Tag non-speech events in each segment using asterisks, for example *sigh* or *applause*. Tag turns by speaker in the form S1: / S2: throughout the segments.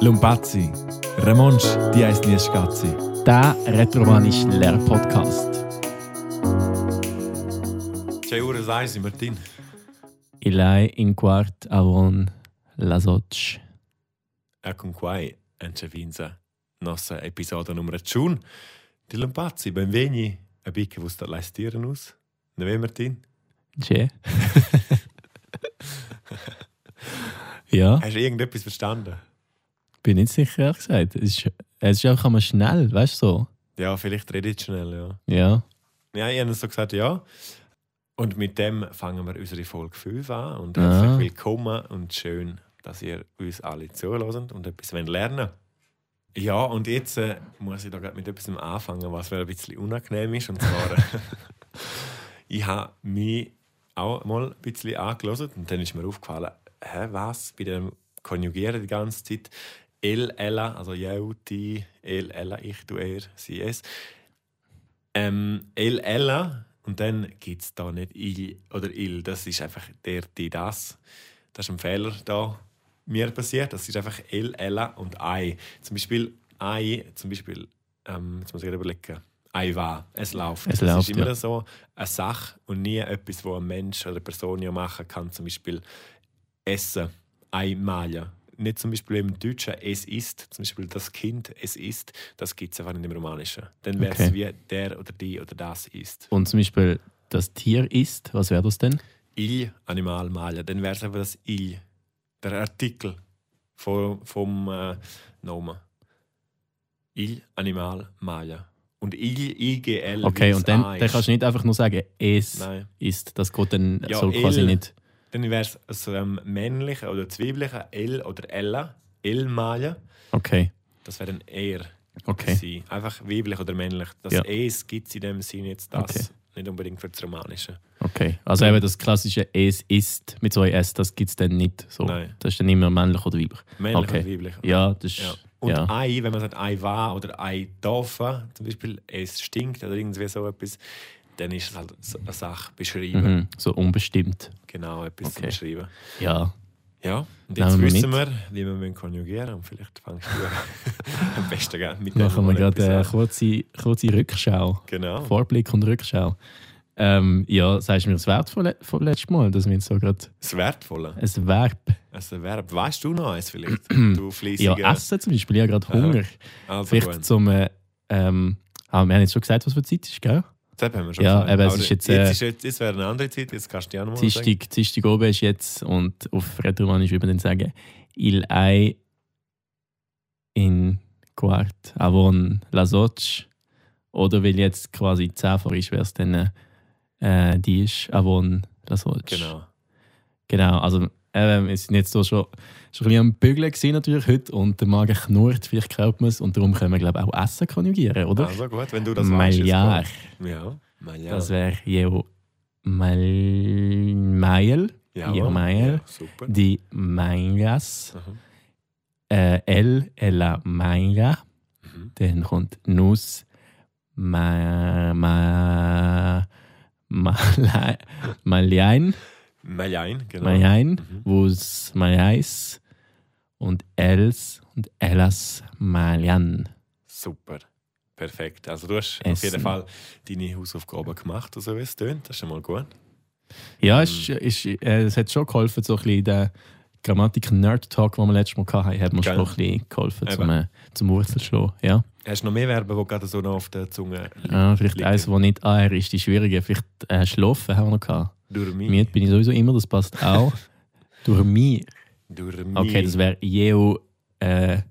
S1: Lumpazzi, Ramonsch, die heisst nie Schatzi.
S2: Der retromanische Lehrpodcast.
S1: C'è ora sei, Martin.
S2: Ilai in quart avon lasoc.
S1: Ecco qua, e c'è vinza. Nostra episodio numero 1. Di Lumpazzi, benveni. A bicca vos dat leist dir nus. Ne ve Martin? *laughs*
S2: Che? ja,
S1: Hast du irgendetwas verstanden?
S2: bin nicht sicher, ehrlich gesagt. Es ist, es ist einfach einmal schnell, weißt du so?
S1: Ja, vielleicht rede ich schnell, ja.
S2: Ja.
S1: Ja, ich habe so gesagt, ja. Und mit dem fangen wir unsere Folge 5 an. Und
S2: Ah.
S1: herzlich willkommen und schön, dass ihr uns alle zuhört und etwas wollt lernen wollt. Ja, und jetzt äh, muss ich da grad mit etwas anfangen, was mir ein bisschen unangenehm ist. Und zwar, *laughs* äh, ich habe mich auch mal ein bisschen angehört und dann ist mir aufgefallen, hä, was bei dem Konjugieren die ganze Zeit «el, ella», also «ja, die», «el, ella», «ich, du, er», «sie, es». Ähm, «el, ella» und dann gibt es da nicht «il» oder «il», das ist einfach «der, die, das». Das ist ein Fehler da mir passiert, das ist einfach «el, ella» und «ei». Zum Beispiel «ei», zum Beispiel, ähm, jetzt muss ich gerade überlegen, «ei war», «es läuft».
S2: Es
S1: das
S2: läuft,
S1: ist immer
S2: ja.
S1: so eine Sache und nie etwas, wo ein Mensch oder eine Person ja machen kann. Zum Beispiel Essen, einmal. Nicht zum Beispiel im Deutschen es ist, zum Beispiel das Kind es ist, das gibt es einfach nicht im Romanischen. Dann wäre es
S2: Okay.
S1: wie der oder die oder das ist.
S2: Und zum Beispiel das Tier ist, was wäre das denn?
S1: Il Animal malen, dann wäre es einfach das Il, der Artikel vom, vom äh, Nomen. Il Animal malen. Und Il, IGL.
S2: Okay,
S1: wie's
S2: und dann,
S1: A
S2: dann kannst
S1: ist.
S2: du nicht einfach nur sagen, es
S1: Nein.
S2: ist. Das geht dann
S1: Ja,
S2: so quasi
S1: il.
S2: nicht.
S1: Dann wäre es also, ähm, männliche oder zwiebliche L oder Ella, L malen.
S2: Okay,
S1: Das wäre dann er.
S2: okay.
S1: sein. Einfach weiblich oder männlich. Das
S2: Ja.
S1: Es gibt es in dem Sinne jetzt das.
S2: Okay.
S1: Nicht unbedingt für das Romanische.
S2: Okay, also eben das klassische «es ist» mit zwei «s», das gibt es dann nicht so.
S1: Nein.
S2: Das ist dann immer männlich oder weiblich.
S1: Männlich
S2: Okay.
S1: und weiblich.
S2: Ja, das ist...
S1: Ja.
S2: Ja.
S1: Und Ei, wenn man sagt Ei war oder Ei darf, zum Beispiel, es stinkt oder irgendwie so etwas, dann ist es halt so eine Sache beschrieben.
S2: Mhm. So unbestimmt.
S1: Genau, etwas zu
S2: Okay.
S1: beschreiben.
S2: Ja,
S1: Ja, und jetzt
S2: Nehmen wir
S1: wissen
S2: mit.
S1: wir, wie wir müssen konjugieren und vielleicht fängst du *laughs* am besten gell, mit
S2: machen wir
S1: mal
S2: gerade äh, eine
S1: Genau, etwas an.
S2: kurze, kurze Rückschau.
S1: Genau.
S2: Vorblick und Rückschau. Ähm, ja, sagst du mir das Wert vom, le- vom letzten Mal, dass wir jetzt so gerade
S1: Das Wertvolle.
S2: ein Verb...
S1: Also, Verb. Weißt du noch eins
S2: *clears throat*
S1: vielleicht? du
S2: Ja,
S1: fleissiger.
S2: Essen zum Beispiel, ich habe gerade
S1: Aha.
S2: Hunger.
S1: also,
S2: Vielleicht
S1: gut.
S2: zum... äh, Ähm, ah, wir haben jetzt schon gesagt, was für Zeit ist, gell?
S1: Das haben wir schon
S2: Ja,
S1: gesagt.
S2: eben, es
S1: Aber
S2: ist jetzt,
S1: jetzt,
S2: äh,
S1: ist jetzt, jetzt wäre eine andere Zeit, jetzt kannst du ja nochmal sagen.
S2: Dienstag, Dienstag oben ist jetzt und auf Rätoromanisch würde man dann sagen, il ei in quart avon la soc. Oder weil jetzt quasi 10 vor ist, wäre es dann äh, die ist avon la soc.
S1: Genau.
S2: Genau, also ähm, wir sind jetzt so schon, schon ein bisschen am Bügeln gewesen natürlich heute und der Magen knurrt, vielleicht glaubt man es und darum können wir glaube ich auch Essen konjugieren, oder?
S1: Also gut, wenn du das weißt. ist
S2: Maillard,
S1: gut. Ja, Maillard.
S2: das wäre jeo Mail, Mail,
S1: ja,
S2: ihr Maillard.
S1: Ja, super.
S2: die Mangas,
S1: Aha.
S2: äh, El Ella Manga,
S1: Mhm.
S2: dann kommt Nus Ma Ma Malai- Malain,
S1: Maillard, genau.
S2: Malain,
S1: Mhm.
S2: Wus Malais und Els und Elas Malian.
S1: Super. Perfekt. Also du hast auf
S2: Essen.
S1: jeden Fall deine Hausaufgaben gemacht, so wie es tönt. Das ist schon mal gut.
S2: Ja, es, ist, äh, es hat schon geholfen, so ein bisschen den Grammatik-Nerd-Talk, den wir letztes Mal hatten, hat mir schon
S1: Gell.
S2: ein bisschen geholfen
S1: Eben.
S2: zum, äh, zum Wurzelschlagen. Ja.
S1: Hast du noch mehr Verben, die gerade so noch auf der Zunge liegen?
S2: Ah, vielleicht
S1: liegt
S2: eins, das nicht AR ist, die schwierige. Vielleicht äh, schlafen haben wir noch gehabt.
S1: Dormir.
S2: Miet bin ich sowieso immer, das passt auch. Dormir.
S1: Dormir.
S2: Okay, das wäre Jeo. Äh,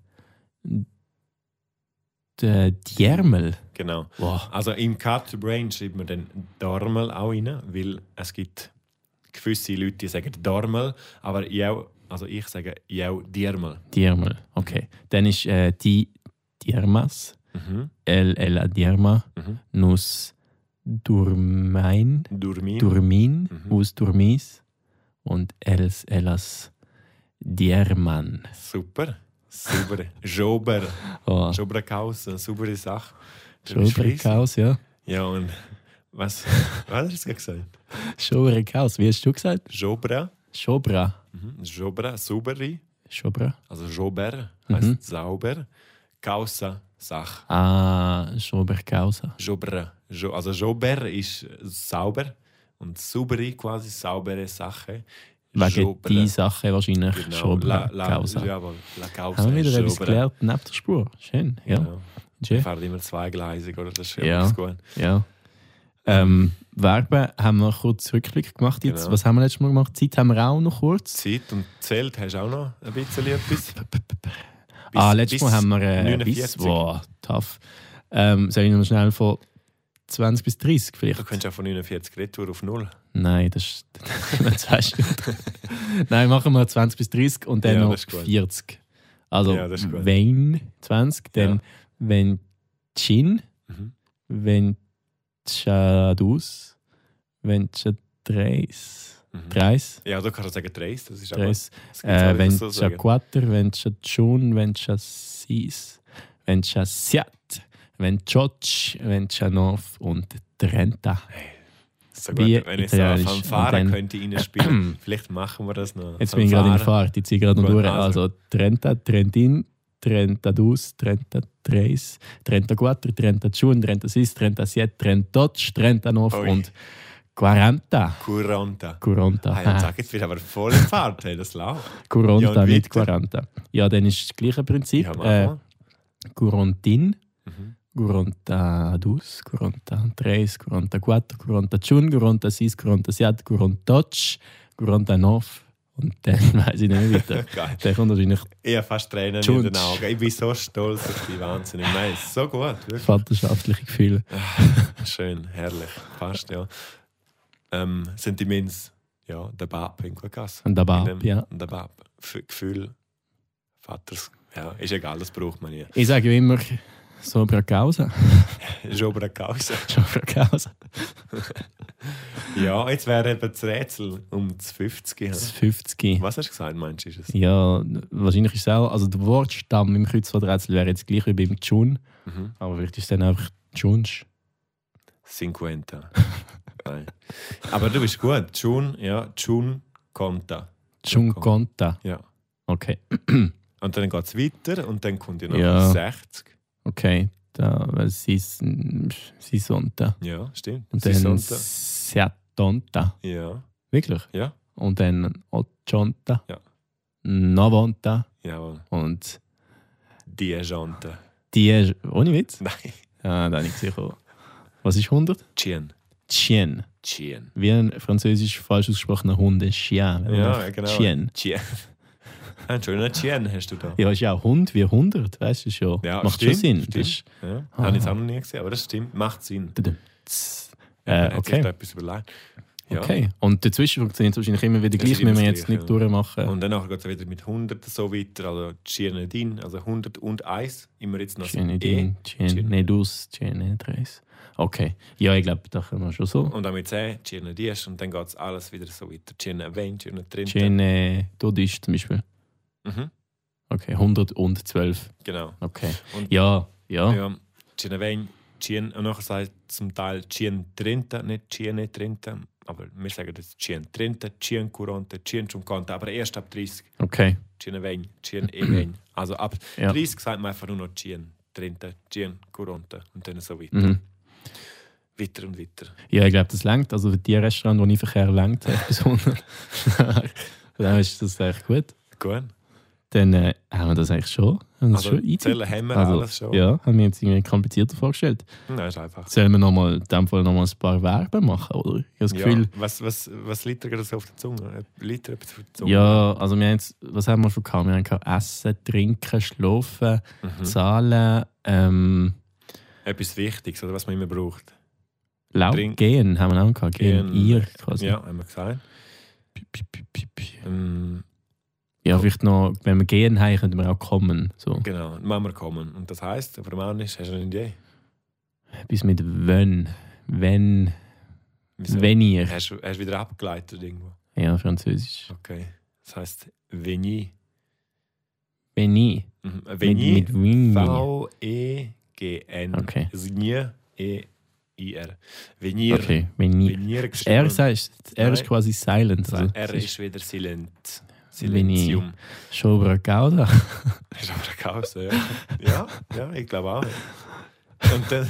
S2: de- Djermel.
S1: Genau.
S2: Wow.
S1: Also im Cut Brain schreibt man dann Dormel auch rein, weil es gibt gewisse Leute, die sagen Dormel, aber ich, auch- also ich sage jau Dirmel.
S2: Djermel. Okay. Dann ist äh, die Djermas.
S1: Mhm.
S2: El Ella Djerma.
S1: Mhm.
S2: Nus Durmein.
S1: Durmin.
S2: Durmin.
S1: Mhm.
S2: Us Durmis. Und Els Ellas Djerman.
S1: Super. Super. Jober.
S2: Oh.
S1: Joberkaus, eine saubere Sache. Du bist fleißig.
S2: Schoberkaus, ja.
S1: Ja, und was, was hast du gesagt?
S2: Schobra Chaos, wie hast du gesagt?
S1: Jobra.
S2: Schobra.
S1: Mhm. Jobra, saubere.
S2: Schobra.
S1: Also Jober
S2: Mhm.
S1: heißt sauber. Causa, Sach.
S2: Ah, Schobra Causa.
S1: Jobra. Jo, also Jober ist sauber und saubere quasi, saubere Sache.
S2: Wegen
S1: Jobra.
S2: die Sache wahrscheinlich
S1: Genau.
S2: Schobra
S1: La, la,
S2: Causa.
S1: Ja, aber la Causa
S2: Haben wir
S1: ist
S2: wieder etwas
S1: Jobra.
S2: gelernt neben der Spur. Schön, ja.
S1: Genau. Wir
S2: Schön.
S1: fahren immer zweigleisig, oder? Das ist
S2: Ja.
S1: ja. gut.
S2: ja. Ähm, Werben haben wir kurz Rückblick gemacht. Jetzt.
S1: Genau.
S2: Was haben wir letztes Mal gemacht? Zeit haben wir auch noch kurz.
S1: Zeit und Zelt hast du auch noch ein bisschen etwas. Bis-
S2: ah, letztes Mal
S1: bis
S2: haben wir äh,
S1: 49.
S2: bis, wow, tough. Ähm, soll ich noch schnell von 20 bis 30 vielleicht?
S1: Du könntest auch von 49 Retour auf null.
S2: Nein, das ist *laughs* nicht zwei Stunden. Nein, machen wir 20 bis 30 und dann
S1: Ja,
S2: noch
S1: das ist gut.
S2: 40. Also
S1: Ja, das ist gut.
S2: Wein 20, dann
S1: Ja.
S2: wenn Gin,
S1: Mhm.
S2: wenn Chadus, wenn Chadreis.
S1: Mhm.
S2: Dreis?
S1: Ja, du kannst sagen 30, das ist auch
S2: Dreis.
S1: gut. Das gibt's
S2: Äh,
S1: auch,
S2: wenn
S1: das so sagen.
S2: Chaquater, wenn Chachun, wenn Chassis, wenn Chassiat, wenn Chotsch, wenn Chanov und Trenta.
S1: So
S2: Wie
S1: gut, wenn ich so eine
S2: italienisch. Und
S1: Fanfare
S2: dann-
S1: könnte
S2: *clears throat*
S1: reinspielen, vielleicht machen wir das noch.
S2: Jetzt bin ich gerade in
S1: Fanfare.
S2: Fahrt, ich ziehe gerade noch
S1: Gut,
S2: durch.
S1: also.
S2: Also Trenta, Trentin, Trentadus, Trentatres, Trentaquater, Trentachun, Trentasis, Trentasiet, Trentotsch, Trentanov
S1: Ui.
S2: und Quaranta.
S1: Quaranta.
S2: Quaranta.
S1: Ah, ja, sag jetzt bist du aber voll in Fahrt, hey, das lau.
S2: Quaranta,
S1: Ja, und
S2: nicht
S1: weiter?
S2: Quaranta. Ja, dann ist das gleiche Prinzip.
S1: Ja, mach
S2: äh,
S1: mal.
S2: Quarantin,
S1: Mhm.
S2: Quarantadus, Quarantatres, Quarantaquater, Quarantachun, Quarantasis, Quarantasiat, Quarantotsch, Quarantanov und dann *laughs* weiß ich nicht
S1: *laughs*
S2: mehr weiter.
S1: Geil.
S2: Der kommt wahrscheinlich
S1: Ich habe fast Tränen in den
S2: Tschutsch.
S1: Augen. Ich bin so stolz auf die wahnsinnig Nein, so gut. Wirklich.
S2: vaterschaftliche Gefühle.
S1: Schön, herrlich. Fast, ja. Ähm, Sentiments, ja, der Bab in Kuhkasse.
S2: Und der Bab, ja.
S1: Der Bab. F Gefühl, Vaters. Ja, ist egal, das braucht man nie.
S2: Ich sage ja immer, Sobra *laughs* Causa.
S1: Ist oben eine Kause.
S2: Sobra Causa.
S1: Ja, jetzt wäre eben das Rätsel um das 50. hä?
S2: Das 50.
S1: Was hast du gesagt, meinst du? Ist es?
S2: Ja, wahrscheinlich ist es auch, also der Wortstamm im Kreuzworträtsel wäre jetzt gleich wie beim Chun,
S1: Mhm.
S2: aber vielleicht ist es dann einfach Chunsch.
S1: 50. *laughs* Nein. Aber du bist gut. Chun, ja, Chun, Konta.
S2: Chun Conta.
S1: Ja.
S2: Okay,
S1: Und dann geht es weiter und dann kommt ja noch
S2: Ja.
S1: 60.
S2: okay. Da, weil sie ist sie ist unter.
S1: Ja, stimmt.
S2: Und dann
S1: Sisonta.
S2: Seatonta.
S1: Ja,
S2: Wirklich?
S1: Ja.
S2: Und dann Ochonta.
S1: Ja.
S2: Novonta.
S1: jawohl.
S2: Und
S1: Diegente.
S2: die, ohne Witz.
S1: Nein.
S2: Ah, da nicht sicher. Was ist 100?
S1: Chien.
S2: Chien.
S1: Chien.
S2: Wie ein französisch falsch ausgesprochener Hund ist Chien. Wenn man
S1: Ja,
S2: sagt
S1: genau.
S2: Chien. *laughs*
S1: Chien. Ein schöner Chien hast du da.
S2: Ja, ist ja auch Hund wie 100, weißt du schon. Macht schon Sinn. Das
S1: Stimmt. Ja.
S2: Ah.
S1: Habe ich jetzt auch noch nie gesehen, aber das stimmt. Macht Sinn.
S2: ist- Tss.
S1: Ja,
S2: Äh,
S1: hat sich
S2: okay.
S1: da etwas überlegt. Ja.
S2: okay. Und dazwischen funktioniert es wahrscheinlich immer wieder
S1: Das ist
S2: gleich, wenn
S1: immer
S2: wir
S1: das
S2: jetzt
S1: Gleiche,
S2: nicht
S1: ja.
S2: durchmachen.
S1: Und danach geht es wieder mit 100 so weiter, also Chien also 100 und 1, immer jetzt noch das E.
S2: Chenedin,
S1: Chien.
S2: Chenedus, Chenedres. Okay. Ja, ich glaube, da können wir schon so.
S1: Und dann mit 10, Chien Dies und dann geht es alles wieder so weiter. Chien Wen, Chien Trinta.
S2: Chenedodis äh, zum Beispiel.
S1: Mhm.
S2: Okay, 112.
S1: Genau.
S2: Okay.
S1: Und-
S2: Ja, ja.
S1: Ja, Chien Wen, Chien, und nachher sagt zum Teil Chien Trinta, nicht Chien Trinta, aber wir sagen jetzt Chien Trinta, Chien Kurante, Chien Chumkante, aber erst ab 30.
S2: Okay.
S1: Chien Wen, Chien
S2: *clears throat*
S1: Ewen. Also ab
S2: Ja.
S1: 30 sagt man einfach nur noch Chien Trinta, Chien Kurante und dann so weiter.
S2: Mhm.
S1: Weiter und weiter.
S2: Ja, ich glaube, das langt. Also für die Restaurant, wo ich verkehr langt,
S1: *laughs*
S2: besonders. Dann ist das eigentlich gut.
S1: Gut.
S2: Dann äh, haben wir das eigentlich schon. Haben wir das
S1: Also,
S2: schon eingetippt?
S1: zählen haben wir alles schon.
S2: Ja, haben wir jetzt irgendwie komplizierter vorgestellt.
S1: Nein, ist einfach.
S2: Sollen wir nochmal, in dem Fall nochmal ein paar Werben machen, oder? Ich habe das Gefühl,
S1: Ja, was, was, was liegt dir gerade so auf der Zunge? Äh, Liegt dir etwas auf der
S2: ja,
S1: Zunge?
S2: also wir haben jetzt, was haben wir schon gehabt? Wir haben gehabt, Essen, Trinken, Schlafen,
S1: Mhm.
S2: Zahlen, ähm,
S1: Etwas Wichtiges, oder was man immer braucht.
S2: laut
S1: Trink-
S2: gehen haben wir auch gehabt. Gehen,
S1: Gehen.
S2: ihr quasi.
S1: Ja, haben wir gesagt.
S2: Pi, pi, pi, pi, pi.
S1: Ähm,
S2: Ja, vielleicht noch, wenn wir gehen haben, können wir auch kommen. So.
S1: genau, Mama kommen. Und das heisst, auf Romanisch hast du eine Idee?
S2: Bis mit wenn. Wenn.
S1: Wieso?
S2: Wenn ihr.
S1: Hast du hast du wieder abgeleitet irgendwo?
S2: Ja, Französisch.
S1: Okay. Das heisst, Veni.
S2: Wenn ich.
S1: Mhm.
S2: Mit,
S1: Veni.
S2: mit Winnie.
S1: E V-E-G-N.
S2: Okay.
S1: Signier. E-I-R. Venir.
S2: Okay, wenn ich.
S1: Venir
S2: Das R, ist, das R ist
S1: Nein.
S2: quasi silent. Also,
S1: Er ist wieder silent. Silizium.
S2: Schobra Gauda.
S1: Das ist aber eine Kause, ja. ja. Ja, ich glaube auch. Und dann.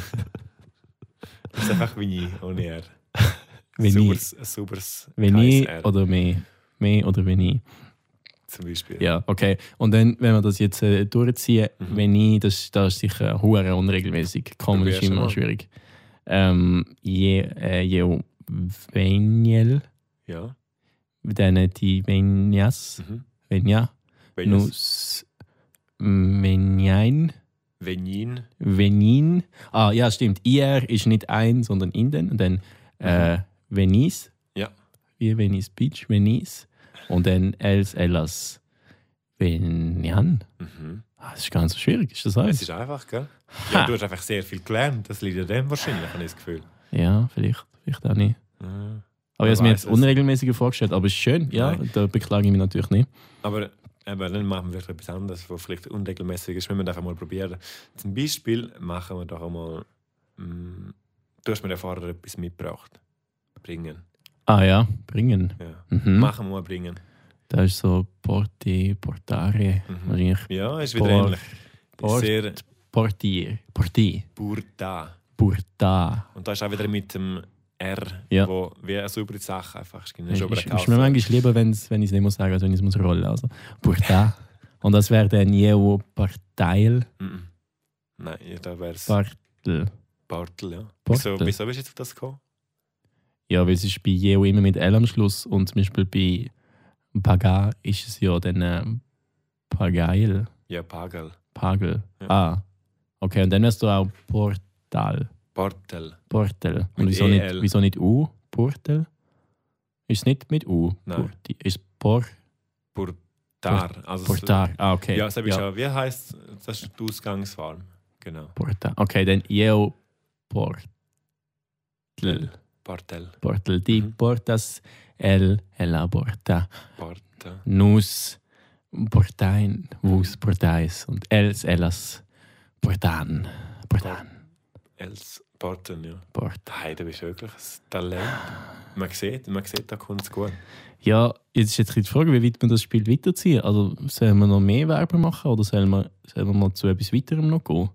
S1: Das ist einfach wie ich, ohne R.
S2: Wenn ich,
S1: Sauberes, ein sauberes
S2: wenn
S1: kleines
S2: ich
S1: R
S2: oder mehr. Mehr oder wenn ich.
S1: zum Beispiel.
S2: Ja, okay. Und dann, wenn wir das jetzt äh, durchziehen,
S1: Mhm.
S2: wenn ich, das, das ist sicher hure unregelmäßig. Kommen ist
S1: Probier's
S2: immer
S1: mal.
S2: schwierig. Ähm, je, äh, je weniger,
S1: Ja.
S2: dann die Venjas,
S1: Mhm.
S2: Venja,
S1: Venus.
S2: Nus, Venjain,
S1: Venin.
S2: Venin. Ah, ja, stimmt. IR ist nicht ein, sondern inden. Und dann äh, Venice.
S1: Mhm. Ja.
S2: Wie Venice Beach, Venice. Und dann Els, Elas, Venian.
S1: Mhm.
S2: Ah, Das ist gar nicht so schwierig, ist das
S1: Es
S2: alles?
S1: ist einfach, gell?
S2: Ha.
S1: Ja, du hast einfach sehr viel gelernt. Das liegt an dem wahrscheinlich, habe ich das Gefühl.
S2: Ja, vielleicht, vielleicht auch nicht.
S1: Mhm.
S2: Aber
S1: Man
S2: ich habe mir
S1: weiß es.
S2: jetzt unregelmäßiger vorgestellt, aber ist schön, ja,
S1: Nein.
S2: da beklage ich mich natürlich nicht.
S1: Aber eben, dann machen wir etwas anderes, was vielleicht unregelmäßig ist, wenn wir das einfach mal probieren. Zum Beispiel machen wir doch einmal. mm, Du hast mir den Fahrer etwas mitgebracht. Bringen.
S2: Ah ja, bringen.
S1: Ja.
S2: Mhm.
S1: Machen wir mal bringen.
S2: Da ist so Porti, Portare,
S1: Mhm.
S2: wahrscheinlich
S1: Ja, ist wieder
S2: Por-
S1: ähnlich.
S2: Por-
S1: Sehr
S2: Portier, Porti,
S1: burda.
S2: Porta.
S1: Und da ist auch wieder mit dem R,
S2: Ja.
S1: wo wie eine saubere Sache einfach ist.
S2: Ist,
S1: Ist
S2: ist, ist mir manchmal lieber, wenn's, wenn ich es nicht muss sagen, als wenn ich es muss rollen. Also, Porta. Und das wäre dann Jewo Parteil,
S1: Mhm. Nein, ja, da wäre es
S2: Partel.
S1: Bartel, ja.
S2: Bartel.
S1: Wieso, wieso bist du jetzt auf das gekommen?
S2: Ja, weil es ist bei Jeo immer mit L am Schluss und zum Beispiel bei Pagar ist es ja dann ähm, Pagail,
S1: Ja, Pagel.
S2: Pagel.
S1: Ja.
S2: Ah, okay, und dann wärst du auch Portal,
S1: Bartel.
S2: Portel. Und
S1: Mit E
S2: wieso
S1: EL.
S2: nicht, wieso nicht U, Portel? Ist es nicht mit U?
S1: Nein.
S2: Porti- Ist Por,
S1: Portar. Also es-
S2: Portar, ah, okay.
S1: Ja, das habe ich schon. Wie heißt das ist die Ausgangsform? Genau.
S2: Portal. Okay, dann Jeo Portel.
S1: Bartel.
S2: Portel, die
S1: Mhm.
S2: Portas, El, Ella Porta.
S1: Bartel.
S2: Nus Portein, Vus Portais und Els Ellas Portan. Portan.
S1: Els Barten, ja.
S2: Portan.
S1: Hey, du bist wirklich ein Talent. Man sieht, man sieht da kommt es gut.
S2: Ja, jetzt ist jetzt die Frage, wie weit wir das Spiel weiterziehen. Also sollen wir noch mehr Werbung machen oder sollen wir, sollen wir mal zu etwas weiterem noch gehen?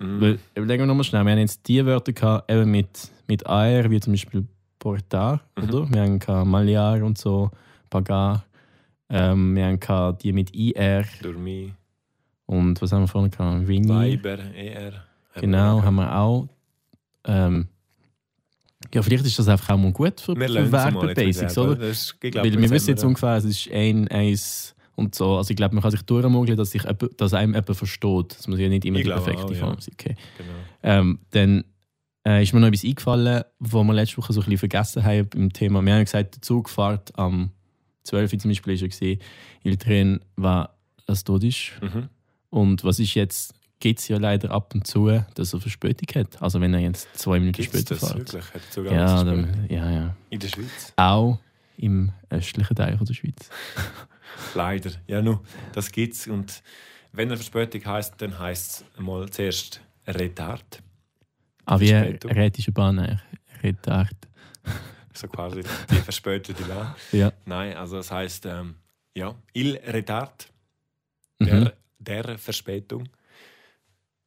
S1: Mm.
S2: Weil, überlegen wir nochmal schnell, wir haben jetzt die Wörter gehabt, eben mit, mit AR, wie zum Beispiel Portar,
S1: Mhm.
S2: oder? Wir haben gehabt Maliar und so, Pagar. Ähm, wir haben gehabt die mit IR
S1: Dormi,
S2: und was haben wir vorne gehabt? Vini.
S1: Weiber, ER.
S2: Genau, haben wir auch. Ähm, ja, vielleicht ist das einfach auch mal gut für,
S1: Wir
S2: für
S1: lernen es mal
S2: Werbebasics, oder?
S1: Das ist, ich glaub,
S2: Weil wir
S1: das
S2: wissen
S1: haben
S2: jetzt ungefähr, es ist ein, eins und so. Also ich glaube, man kann sich durchmogeln, dass, sich jemand- dass einem jemand versteht. Dass man ja nicht immer
S1: Ich
S2: die
S1: glaube
S2: perfekte
S1: auch, ja.
S2: Form ist. Okay.
S1: Genau.
S2: Ähm, dann äh, ist mir noch etwas eingefallen, was wir letzte Woche so ein bisschen vergessen haben im Thema. Wir haben gesagt, die Zugfahrt am 12. Uhr zum Beispiel war ja, il Tren war das Todisch.
S1: Mhm.
S2: Und was ist jetzt, gibt es ja leider ab und zu, dass er Verspätung hat. Also wenn er jetzt zwei Minuten
S1: Gibt
S2: später
S1: das
S2: fährt.
S1: wirklich? Hat sogar
S2: Ja,
S1: was gespielt?
S2: dann, ja, ja.
S1: In der Schweiz?
S2: Auch im östlichen Teil von der Schweiz.
S1: Leider. Ja, nur, das gibt's. Und wenn er Verspätung heisst, dann heisst es mal zuerst Retard.
S2: Aber Ah, wie
S1: Verspätung.
S2: rätische Bahn eigentlich? Retard.
S1: So quasi die verspätete Lahn.
S2: Ja.
S1: Nein, also es heisst, ähm, ja, il retard,
S2: Mhm.
S1: der, der Verspätung.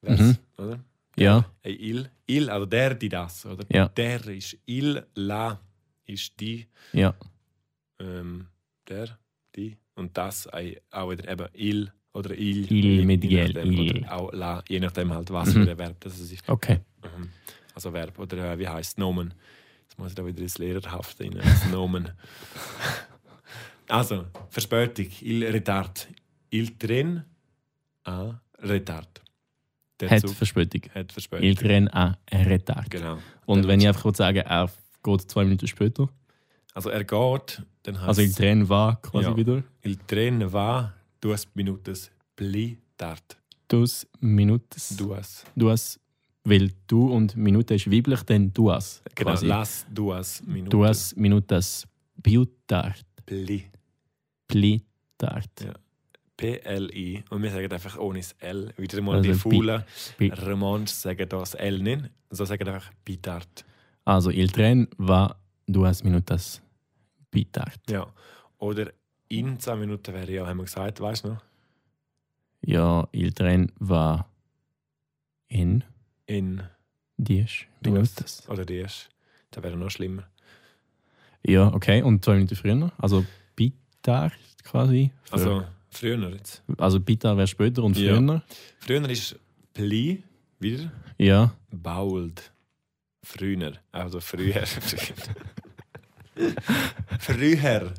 S1: Wär's,
S2: Mhm.
S1: oder?
S2: Ja.
S1: Äh, il, il, also der, die das, oder?
S2: Ja.
S1: Der ist il, la ist die,
S2: Ja.
S1: ähm, der, die und das äh, auch wieder eben il oder il.
S2: Il mit
S1: je
S2: gel,
S1: nachdem,
S2: il.
S1: Oder auch la, je nachdem halt, was
S2: Mhm.
S1: für ein Verb das es ist.
S2: Okay.
S1: Mhm. Also Verb oder äh, wie heißt Nomen? Jetzt muss ich da wieder ins Lehrerhaft rein. Das
S2: *laughs*
S1: Nomen. also, Verspätung, il retard. Il tren a retard. Der
S2: Hat
S1: Zug
S2: Verspätung. ah,
S1: hat Verspätung.
S2: Il Tren a Retard.
S1: Genau.
S2: Und
S1: Der
S2: wenn ich
S1: Zug-
S2: einfach kurz sage, er geht zwei Minuten später.
S1: Also er geht, dann heißt
S2: Also Il
S1: il,
S2: Tren war quasi
S1: Ja.
S2: wieder.
S1: tren va duas minutas pli tard.
S2: Dus Minutes.
S1: Duas.
S2: Duas. Weil du und Minute ist weiblich, dann duas.
S1: Genau,
S2: quasi.
S1: las duas minutas
S2: Duas minutas piutart,
S1: pli.
S2: plitart,
S1: Ja. P-L-I. Und wir sagen einfach ohne das L. Wieder mal
S2: Also
S1: die
S2: pi-
S1: Faulen.
S2: pi-
S1: Romansch sagen das L nicht, sondern sagen einfach Bitart.
S2: Also il tren va duas minutas pitart.
S1: Ja. Oder in 10 Minuten wäre ja, haben wir gesagt, weißt du noch?
S2: Ja, il tren war in
S1: In
S2: Diez.
S1: Wie
S2: Oder
S1: heißt
S2: was das?
S1: oder die erste. Das wäre noch schlimmer.
S2: Ja, okay. Und zwei Minuten früher. Also Bitar quasi. Früher.
S1: Also früher jetzt.
S2: also Bitar wäre später und
S1: Ja.
S2: früher.
S1: Früher ist Pli wieder
S2: Ja.
S1: bauld. Früher. Also
S2: *laughs*
S1: früher. früher.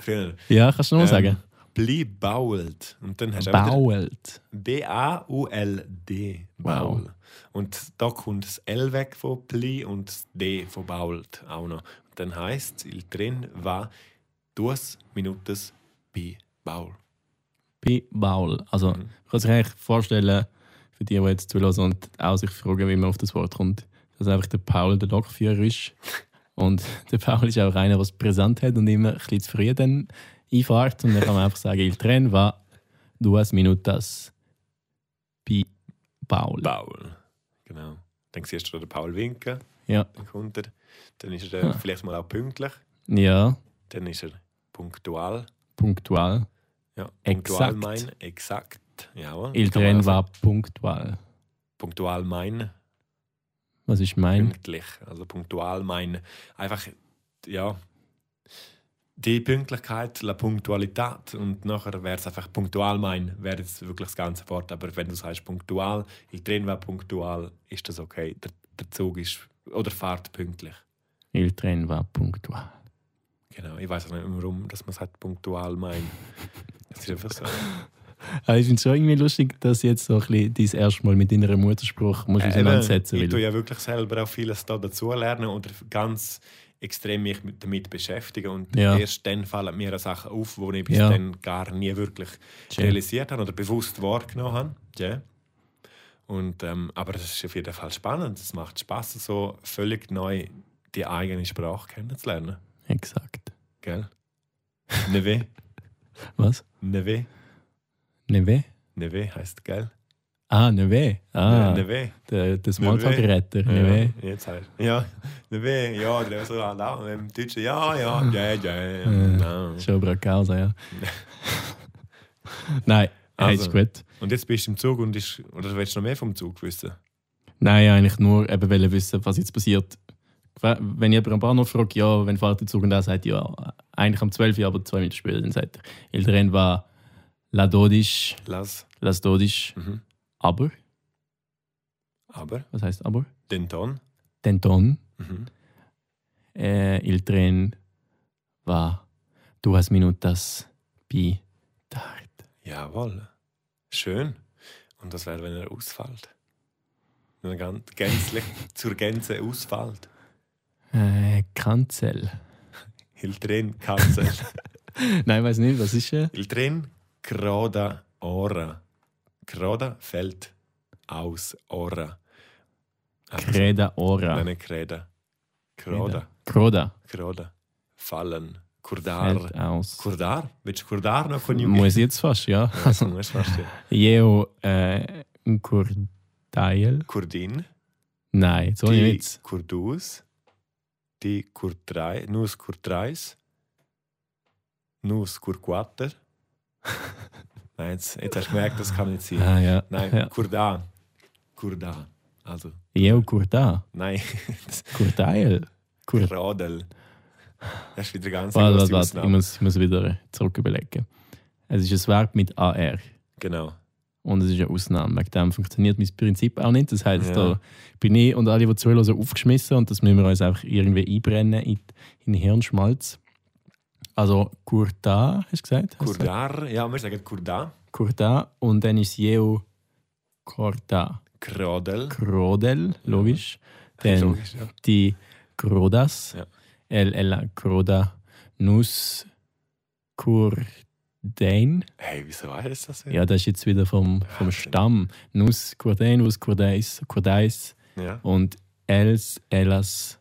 S1: Früher.
S2: Ja, kannst du nochmal
S1: Ähm,
S2: sagen?
S1: Pli bauld. Und dann hast du auch wieder-
S2: Bauelt.
S1: B-A-U-L-D.
S2: Wow.
S1: Baul. Und da kommt das L weg von Pli und das D von Bault auch noch. Und dann heisst es, il drin war duas Minutes bei Baul.
S2: Bei Baul. Also,
S1: Mhm.
S2: man kann sich eigentlich vorstellen, für die, die jetzt zulassen und auch sich fragen, wie man auf das Wort kommt, dass einfach der Paul der
S1: *laughs*
S2: Lokführer ist. Und der Paul ist auch einer, der es präsent hat und immer ein bisschen zu früh dann einfahrt. Und dann kann man einfach sagen, il tren va duas minutas bei Paul.
S1: Baul. Genau. Dann siehst du den Paul winken.
S2: Ja.
S1: Dann kommt er. Dann ist er äh,
S2: Ah.
S1: vielleicht mal auch pünktlich.
S2: Ja,
S1: Dann ist er punktual.
S2: punktual.
S1: Ja,
S2: Exakt.
S1: punktual mein. Exakt. Jawohl.
S2: Il
S1: Kann man auch
S2: tren
S1: sagen.
S2: va punktual.
S1: Punktual mein.
S2: Was ist mein?
S1: pünktlich, also punktual mein einfach ja die Pünktlichkeit, la Punktualität und nachher wäre es einfach punktual mein, wäre jetzt wirklich das ganze Wort, aber wenn du sagst punktual, ich drin war punktual, ist das okay. Der, der Zug ist oder fährt pünktlich.
S2: Il tren va punktual.
S1: Genau, ich weiß auch nicht warum, dass man sagt punktual
S2: *laughs*
S1: mein. Das ist einfach so.
S2: Aber ich finde es schon irgendwie lustig, dass jetzt so ein bisschen dein erstes Mal mit deiner Muttersprache musst
S1: Eben,
S2: auseinandersetzen
S1: Äh, Ich
S2: musst.
S1: tue ja wirklich selber auch vieles da dazulernen oder ganz extrem mich mit- damit beschäftigen. Und
S2: Ja.
S1: erst dann fallen mir Sachen auf, die ich bis
S2: Ja.
S1: dann gar nie wirklich realisiert habe oder bewusst wahrgenommen habe. Ja. Und, ähm, aber das ist auf jeden Fall spannend. Es macht Spaß, so völlig neu die eigene Sprache kennenzulernen.
S2: Exakt.
S1: Gell? *laughs* Neve,
S2: Was?
S1: Neve,
S2: Neve?
S1: Neve heißt gell?
S2: Ah, Neve. Ah,
S1: Neve.
S2: der, der Smalltalk-Retter.
S1: Ja,
S2: Neve.
S1: jetzt halt. Ja, Neve, ja, der so halt auch im Deutschen. Ja, ja, ja, ja, ja.
S2: Ja.
S1: ja.
S2: Schon bra
S1: *laughs*
S2: causa, ja. Nein, also.
S1: Also.
S2: ist gut.
S1: Und jetzt bist du im Zug und ist, oder willst du noch mehr vom Zug wissen?
S2: Nein, eigentlich nur eben wollen wissen, was jetzt passiert. Wenn jemand am Bahnhof fragt, ja, wenn fährt der Zug und er sagt, ja, eigentlich am 12 Uhr, aber zwei Minuten später, dann sagt er, il tren war la dodisch,
S1: Lass.
S2: las dodisch,
S1: Mhm.
S2: aber,
S1: Aber
S2: was heißt aber?
S1: den Ton.
S2: Den Ton,
S1: Mhm.
S2: äh, il tren war duas minutas bi tard.
S1: Jawohl. Schön. Und das wäre, wenn er ausfällt. Wenn er ganz, gänzlich zur Gänze ausfällt.
S2: Äh, Kanzel.
S1: Hiltrin Kanzel.
S2: *laughs* Nein, weiß nicht, was ist äh?
S1: Hiltrin Kroda Ora. Kroda fällt aus Ora. Also,
S2: Creda ora.
S1: Nein, Kreda. Kroda.
S2: Croda.
S1: Kroda. Fallen. Kurdar.
S2: Fällt aus.
S1: Kurdar? Willst du Kurdar noch konjugieren?
S2: Muss jetzt fast, ja.
S1: Ja, das musst du verstehen.
S2: Jeo äh, Kurdail. *laughs*
S1: Kurdin.
S2: Nein, so nicht
S1: die
S2: jetzt.
S1: Kurdus, die Kurtrei, Nus Kurtreis, Nus
S2: *laughs*
S1: Kurquater. Nein, jetzt, jetzt hast du gemerkt, das kann nicht sein.
S2: Ah, ja.
S1: Nein,
S2: Ja.
S1: Kurda. Kurda. Also,
S2: Jeo Kurda.
S1: nein,
S2: Kurdail. *laughs* Kur
S1: Radel. Das ist wieder ganz eine
S2: warte,
S1: grosse
S2: warte, warte. Ich
S1: Ausnahme.
S2: muss, ich muss wieder zurück überlegen. Es ist ein Verb mit AR.
S1: Genau.
S2: Und es ist eine Ausnahme. Wegen dem funktioniert mein Prinzip auch nicht. Das heißt,
S1: Ja.
S2: da bin ich und alle, die zuhören, also aufgeschmissen und das müssen wir uns einfach irgendwie einbrennen in, in den Hirnschmalz. Also Kurda, hast du gesagt? Hast du gesagt?
S1: Kurdar, ja, wir sagen Kurda.
S2: Kurda und dann ist Jeo Korda.
S1: Krodel.
S2: Krodel, logisch. Dann
S1: Logisch, ja.
S2: die Krodas.
S1: Ja.
S2: El Ella Kroda Nus Kurdein.
S1: Hey, wieso weiß das denn?
S2: Ja, das ist jetzt wieder vom, vom
S1: Wahnsinn.
S2: Stamm. Nus Kurdein, Nus Kurdeis, Kurdeis
S1: ja.
S2: und Els Elas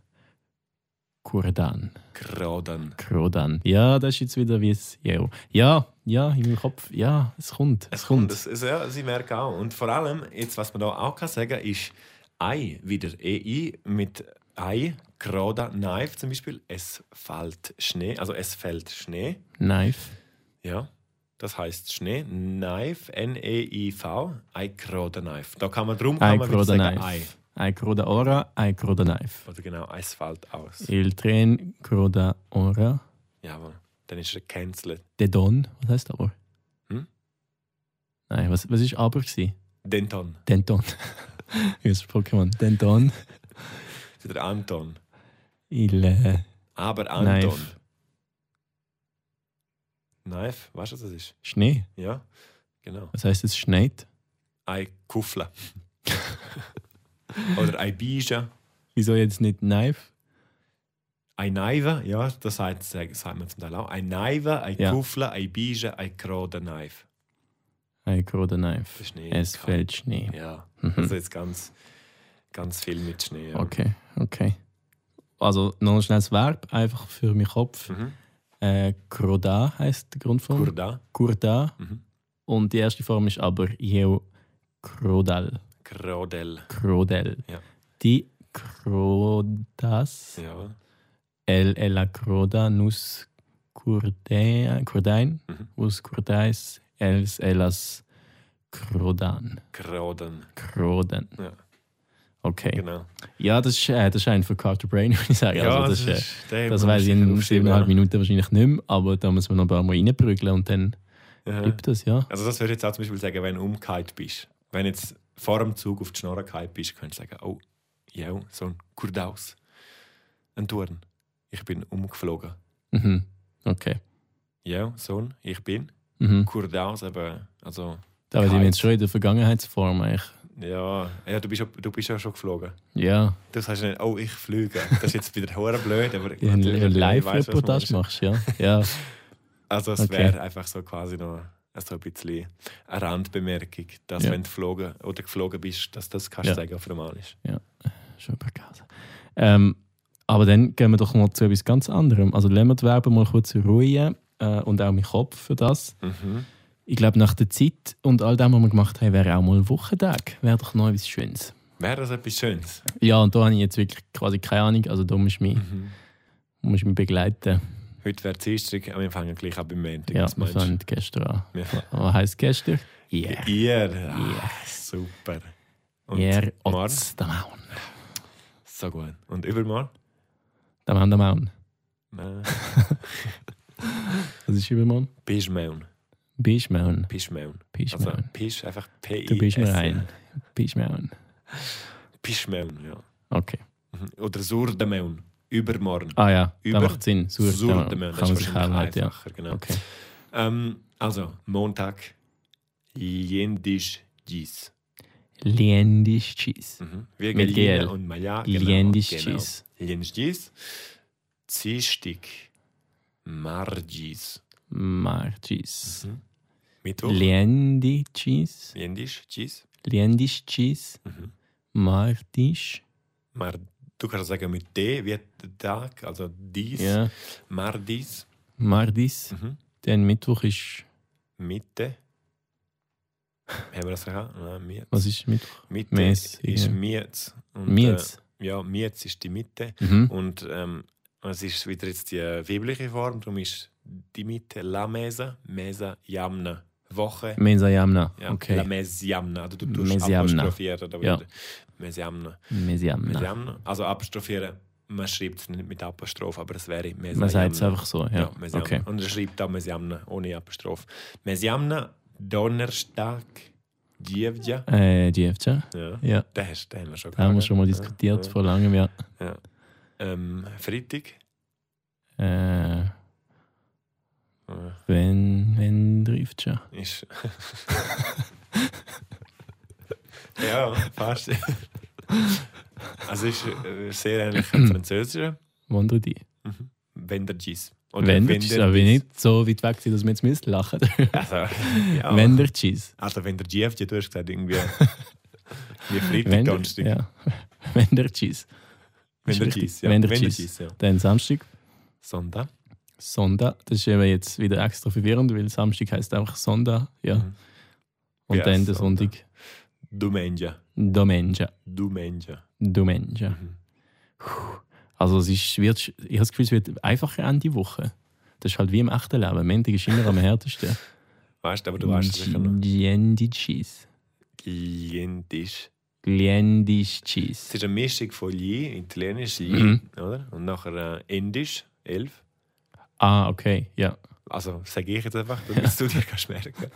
S2: Kurdan.
S1: Krodan.
S2: Krodan. Ja, das ist jetzt wieder wie es. Ja, ja, ja in meinem Kopf. Ja, es kommt. Es kommt.
S1: Das ist, ja, sie merken auch. Und vor allem, jetzt, was man da auch kann sagen ist Ei, wieder EI mit Ei, Kroda, Knife zum Beispiel. Es fällt Schnee, also es fällt Schnee.
S2: Knife.
S1: Ja, das heißt Schnee. Knife, E N-E-I-V, Eikroder Knife. Da kann man drum kann man wirklich
S2: Eikroder
S1: sagen
S2: Knife.
S1: Ei.
S2: Eikroda Ora, Eikroda Knife.
S1: Oder genau, es fällt aus.
S2: Il Tren, Croda Ora,
S1: Jawohl. Dann ist er cancelled.
S2: De Don, was heißt aber?
S1: Hm?
S2: Nein, was, was ist aber gewesen?
S1: Denton.
S2: Denton. *laughs* Wie ist das Pokémon? Denton,
S1: Das ist Der Anton.
S2: Il äh,
S1: Aber Anton.
S2: Knife.
S1: Knife. Knife, weißt du, was das ist?
S2: Schnee.
S1: Ja, genau.
S2: Was heißt es? Schneit?
S1: Ei
S2: *laughs*
S1: Kuffle. Oder Ei Bija.
S2: Wieso jetzt nicht Knife?
S1: Ei Neive, ja, das sagt, sagt sagt man zum Teil auch. Ei Neive, Ei
S2: Ja.
S1: Kuffle, Ei Bija, Ei Kroder Knife.
S2: Eikroda
S1: Der
S2: Knife.
S1: Schnee.
S2: Es
S1: kann-
S2: fällt Schnee.
S1: Ja,
S2: Mhm.
S1: also jetzt ganz, ganz viel mit Schnee. Ja.
S2: Okay, okay. Also noch schnell das Verb, einfach für meinen Kopf.
S1: Mhm.
S2: Äh, Kroda heißt die Grundform.
S1: Kurda.
S2: Kurda.
S1: Mhm.
S2: Und die erste Form ist aber Jeu Krodal.
S1: Krodel.
S2: Krodel.
S1: Ja.
S2: Die Krodas.
S1: Ja.
S2: El Ella Kroda nus Kurdein. Kurdein.
S1: Mhm.
S2: Us Kurdais. Els Ellas Krodan.
S1: Kroden.
S2: Kroden.
S1: Ja.
S2: Okay.
S1: Genau.
S2: Ja, das ist, äh, das ist ein von Carter Brain, *laughs* würde ich sagen. also, das, ist, äh,
S1: der
S2: das
S1: muss
S2: weiß ich
S1: sicher
S2: in
S1: aufschreiben,
S2: 7,5
S1: ja.
S2: Minuten wahrscheinlich nicht mehr, aber da müssen wir noch ein paar Mal reinprügeln und dann
S1: Aha.
S2: gibt das, ja.
S1: Also das würde ich jetzt auch zum Beispiel sagen, wenn du umgekehrt bist. Wenn du jetzt vor dem Zug auf die Schnorre gekehrt bist, könntest du sagen, oh, ja, so ein Kurdaus. Ein Turn. Ich bin umgeflogen.
S2: Mhm. Okay.
S1: Ja, Sohn, ich bin
S2: Mhm.
S1: Kurdaus, aber also
S2: Da wir sind wir jetzt
S1: Kite.
S2: schon in der Vergangenheitsform eigentlich.
S1: ja, ja du, bist, ja- du bist ja schon geflogen.
S2: Ja,
S1: Du sagst nicht, oh, ich fliege. Das ist jetzt wieder *laughs* hure blöd, aber
S2: in einer
S1: natürlich, jeder weiss, was man
S2: Live-Reportage
S1: ist.
S2: machst, ja. ja. *laughs*
S1: Also es
S2: Okay.
S1: wäre einfach so quasi noch so ein bisschen eine Randbemerkung, dass
S2: Ja.
S1: wenn du geflogen oder geflogen bist, dass das kannst
S2: Ja.
S1: du sagen auf Romanisch.
S2: Schon übergeben. Ähm, aber dann gehen wir doch mal zu etwas ganz anderem. Also lassen wir die Werbung mal kurz ruhen äh, und auch meinen Kopf für das.
S1: Mhm.
S2: Ich glaube, nach der Zeit und all dem, was wir gemacht haben, wäre auch mal ein Wochentag. Wäre doch noch etwas Schönes.
S1: Wäre das etwas Schönes?
S2: Ja, und da habe ich jetzt wirklich quasi keine Ahnung. Also da musst du mich,
S1: Mhm.
S2: musst du mich begleiten.
S1: Heute wäre Dienstag, aber wir fangen gleich an beim Montag.
S2: ja,
S1: was
S2: wir
S1: meinst du?
S2: fangen gestern an.
S1: Wir-
S2: Was heisst gestern? Yeah.
S1: Ihr, ah,
S2: Yeah.
S1: super. Und
S2: Yeah.
S1: morgen?
S2: Otz. Da Maun.
S1: So gut. Und übermorgen?
S2: Da Maun, da Maun.
S1: Nein.
S2: Was ist übermorgen?
S1: Pischmaun.
S2: Bischmaun.
S1: Pischmaun. Also
S2: Bischmaun.
S1: Pisch, einfach p i
S2: Du bist mir ein. Bischmaun.
S1: Pischmaun, ja.
S2: Okay.
S1: Mhm. Oder Surdemäun. Übermorgen.
S2: Ah ja,
S1: Über-
S2: da macht Sinn. Sur, da Maun.
S1: Surdemäun.
S2: Kann man sich
S1: wahrscheinlich
S2: herleiten, ja.
S1: einfacher, genau.
S2: Okay.
S1: Ähm, also, Montag. Jendisch Gis.
S2: Liendisch Cheese.
S1: Mhm. Wir
S2: Mit
S1: Gallina
S2: GL.
S1: und Maya.
S2: Liendisch
S1: Ah, genau.
S2: Cheese.
S1: Lienstdies, Dienstag, Margis,
S2: Mar Cheese.
S1: Mittwoch,
S2: Liendi Cheese.
S1: Liendisch, Gis,
S2: Liendisch Cheese.
S1: mhm.
S2: Martisch.
S1: Mar du kannst sagen mit D wird der Tag, also dies,
S2: Ja.
S1: Mardis,
S2: Mardis.
S1: mhm.
S2: Dann Mittwoch ist.
S1: Mitte, haben wir das gesagt? Nein, Miet.
S2: Was ist Mittwoch?
S1: Mitte
S2: Mies,
S1: ist
S2: ja.
S1: Mietz. Und,
S2: Mietz.
S1: Äh, ja, Mietz ist die Mitte
S2: Mhm.
S1: und ähm, es ist wieder jetzt die äh, weibliche Form, darum ist die Mitte La Mesa, Mesa Jamna, Woche,
S2: Mensa Jamna.
S1: Ja, La
S2: Okay.
S1: Mesiamna. Also du tust
S2: Mesiamna.
S1: apostrophieren. Da
S2: Ja.
S1: wieder. Mesiamna.
S2: Mensa Jamna.
S1: Mesiamna. Also apostrophieren, man schreibt es nicht mit Apostroph, aber es wäre Mesiamna.
S2: Man sagt es einfach so. Ja,
S1: Mesiamna.
S2: okay.
S1: Und er schreibt auch Mesiamna, ohne Apostroph. Mesiamna, Donnerstag, Dievja.
S2: Äh, die FCA.
S1: Ja.
S2: Ja,
S1: Den, hast, den haben wir schon
S2: da haben wir
S1: gehabt,
S2: schon mal
S1: ja.
S2: diskutiert
S1: Ja.
S2: vor langem, ja.
S1: Ähm, Freitag,
S2: Äh,
S1: äh,
S2: wenn, wenn trifft schon. *laughs*
S1: ist... ja, fast. also es ist äh, sehr ähnlich im Französischen.
S2: Wandert die.
S1: Mhm. Wendergis.
S2: Wenn der Cheese, aber nicht so weit weg, sind, dass wir jetzt müssen lachen
S1: *laughs* Also, ja.
S2: *laughs* Wenn der Cheese.
S1: also wenn der GF, du hast gesagt,
S2: *laughs*
S1: irgendwie wie Freitag,
S2: Wenn der,
S1: Donnerstag.
S2: ja. *laughs* wenn der Cheese.
S1: Wenn der
S2: Ist richtig.
S1: Gis, ja.
S2: Wenn der
S1: Wenn der
S2: Gis.
S1: Gis, ja.
S2: Dann Samstag,
S1: Sonntag.
S2: Sonntag. Das ist eben jetzt wieder extra verwirrend, weil Samstag heißt einfach Sonntag. Ja.
S1: Mhm.
S2: Und
S1: Ja,
S2: dann der
S1: Sonntag.
S2: Sonntag.
S1: Domenja.
S2: Domenja.
S1: Domenja.
S2: Domenja.
S1: Mhm.
S2: Also es ist, wird, ich habe das Gefühl, es wird einfacher an die Woche. Das ist halt wie im echten Leben. Montag ist immer am härtesten.
S1: Weißt du, *laughs* aber du weißt es sicher noch.
S2: Glendi Cheese.
S1: Lientisch.
S2: Glendisch
S1: Es
S2: Cheese.
S1: ist eine Mischung von Li, italienisch Li,
S2: Mhm.
S1: oder? Und nachher äh, indisch, elf.
S2: Ah, okay, ja.
S1: Also sage ich jetzt einfach,
S2: *laughs*
S1: damit du dir kannst merken.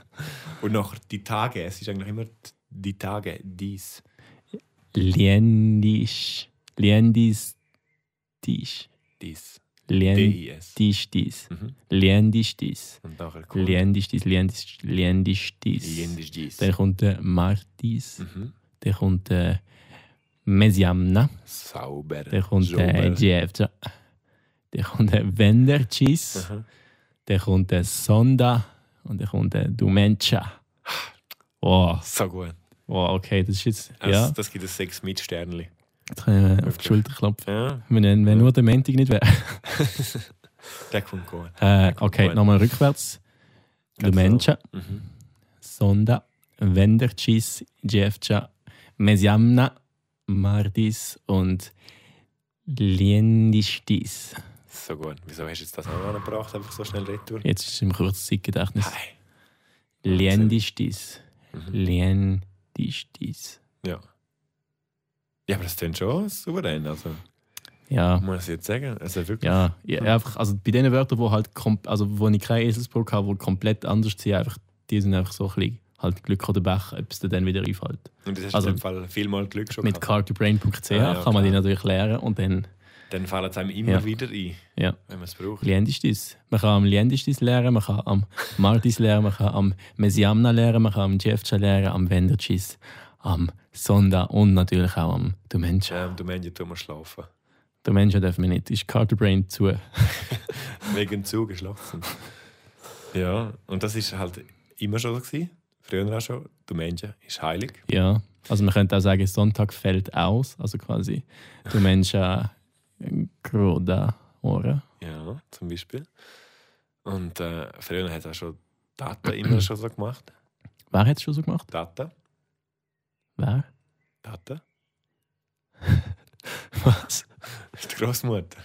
S1: Und nachher die Tage, es ist eigentlich immer die Tage, dies.
S2: Liendisch. Liendis Tisch.
S1: Dies.
S2: Liendisch
S1: D-I-S.
S2: Dies.
S1: Mhm.
S2: Liendisch Dies.
S1: Und nachher kommt
S2: Liendisch Dies. Liendisch Liendisch Dies.
S1: Lientisch, dies.
S2: Dann kommt der Martis.
S1: Mhm.
S2: Dann kommt der Mesiamna.
S1: Sauber.
S2: Dann kommt der
S1: sauber.
S2: Jeff. Dann kommt der Wender Cheese.
S1: *laughs* Mhm.
S2: Dann kommt der Sonda und dann kommt der Dumencha. Oh,
S1: So gut.
S2: oh, okay, das ist jetzt.
S1: Das,
S2: ja,
S1: das gibt es sechs mit Sternli.
S2: jetzt können wir auf die
S1: Okay.
S2: Schulter klopfen.
S1: Ja,
S2: Wenn, wenn nur der Montag
S1: *laughs*
S2: nicht wäre.
S1: der kommt gut.
S2: Äh,
S1: kommt
S2: okay,
S1: gut.
S2: nochmal rückwärts.
S1: Ganz
S2: Dumencha,
S1: Mhm.
S2: Sonda, Wenderchis, Jefcha, Mesiamna, Mardis und Liendistis.
S1: So gut. Wieso hast du jetzt das auch angebracht, einfach so schnell retour?
S2: Jetzt ist es im kurzen Zeitgedächtnis.
S1: Hi.
S2: Liendistis.
S1: Mhm.
S2: Liendistis.
S1: Ja. Ja, aber das klingt schon souverän. Also,
S2: Ja.
S1: muss ich jetzt sagen. Also wirklich.
S2: Ja, ja einfach, also bei den Wörtern, wo halt kom also wo ich keine Eselsbrücke habe, die komplett anders sind, einfach, die sind einfach so ein bisschen halt Glück oder Pech, ob es dir dann wieder einfällt.
S1: Und das hast
S2: Also-
S1: du im Fall vielmal Glück schon
S2: Mit
S1: gehabt.
S2: cartobrain.ch
S1: Ah, ja,
S2: kann man die
S1: klar.
S2: natürlich lernen und dann
S1: Dann fallen es einem immer
S2: Ja.
S1: wieder ein,
S2: Ja.
S1: wenn man es braucht.
S2: Liendistis. Man kann am Liendistis lernen, man kann am Martis lernen, man kann am Mesiamna lernen, man kann am Jefcha lernen, am Venderchis, am Sonda und natürlich auch am Dumencha.
S1: Ähm, du meinst, du musst schlafen.
S2: Dumencha darf man nicht, ist Cartobrain zu.
S1: Wegen zugeschlafen. ja, und das ist halt immer schon so. Gewesen. Früher auch schon. Du meinst, ist heilig.
S2: Ja, also man könnte auch sagen, Sonntag fällt aus, also quasi du Mensch äh, Groda, oder?
S1: Ja, zum Beispiel. Und äh, früher hat er schon Data immer schon so gemacht.
S2: Wer hat es schon so gemacht?
S1: Data,
S2: Wer? *laughs*
S1: Data.
S2: Was?
S1: Das ist die Großmutter.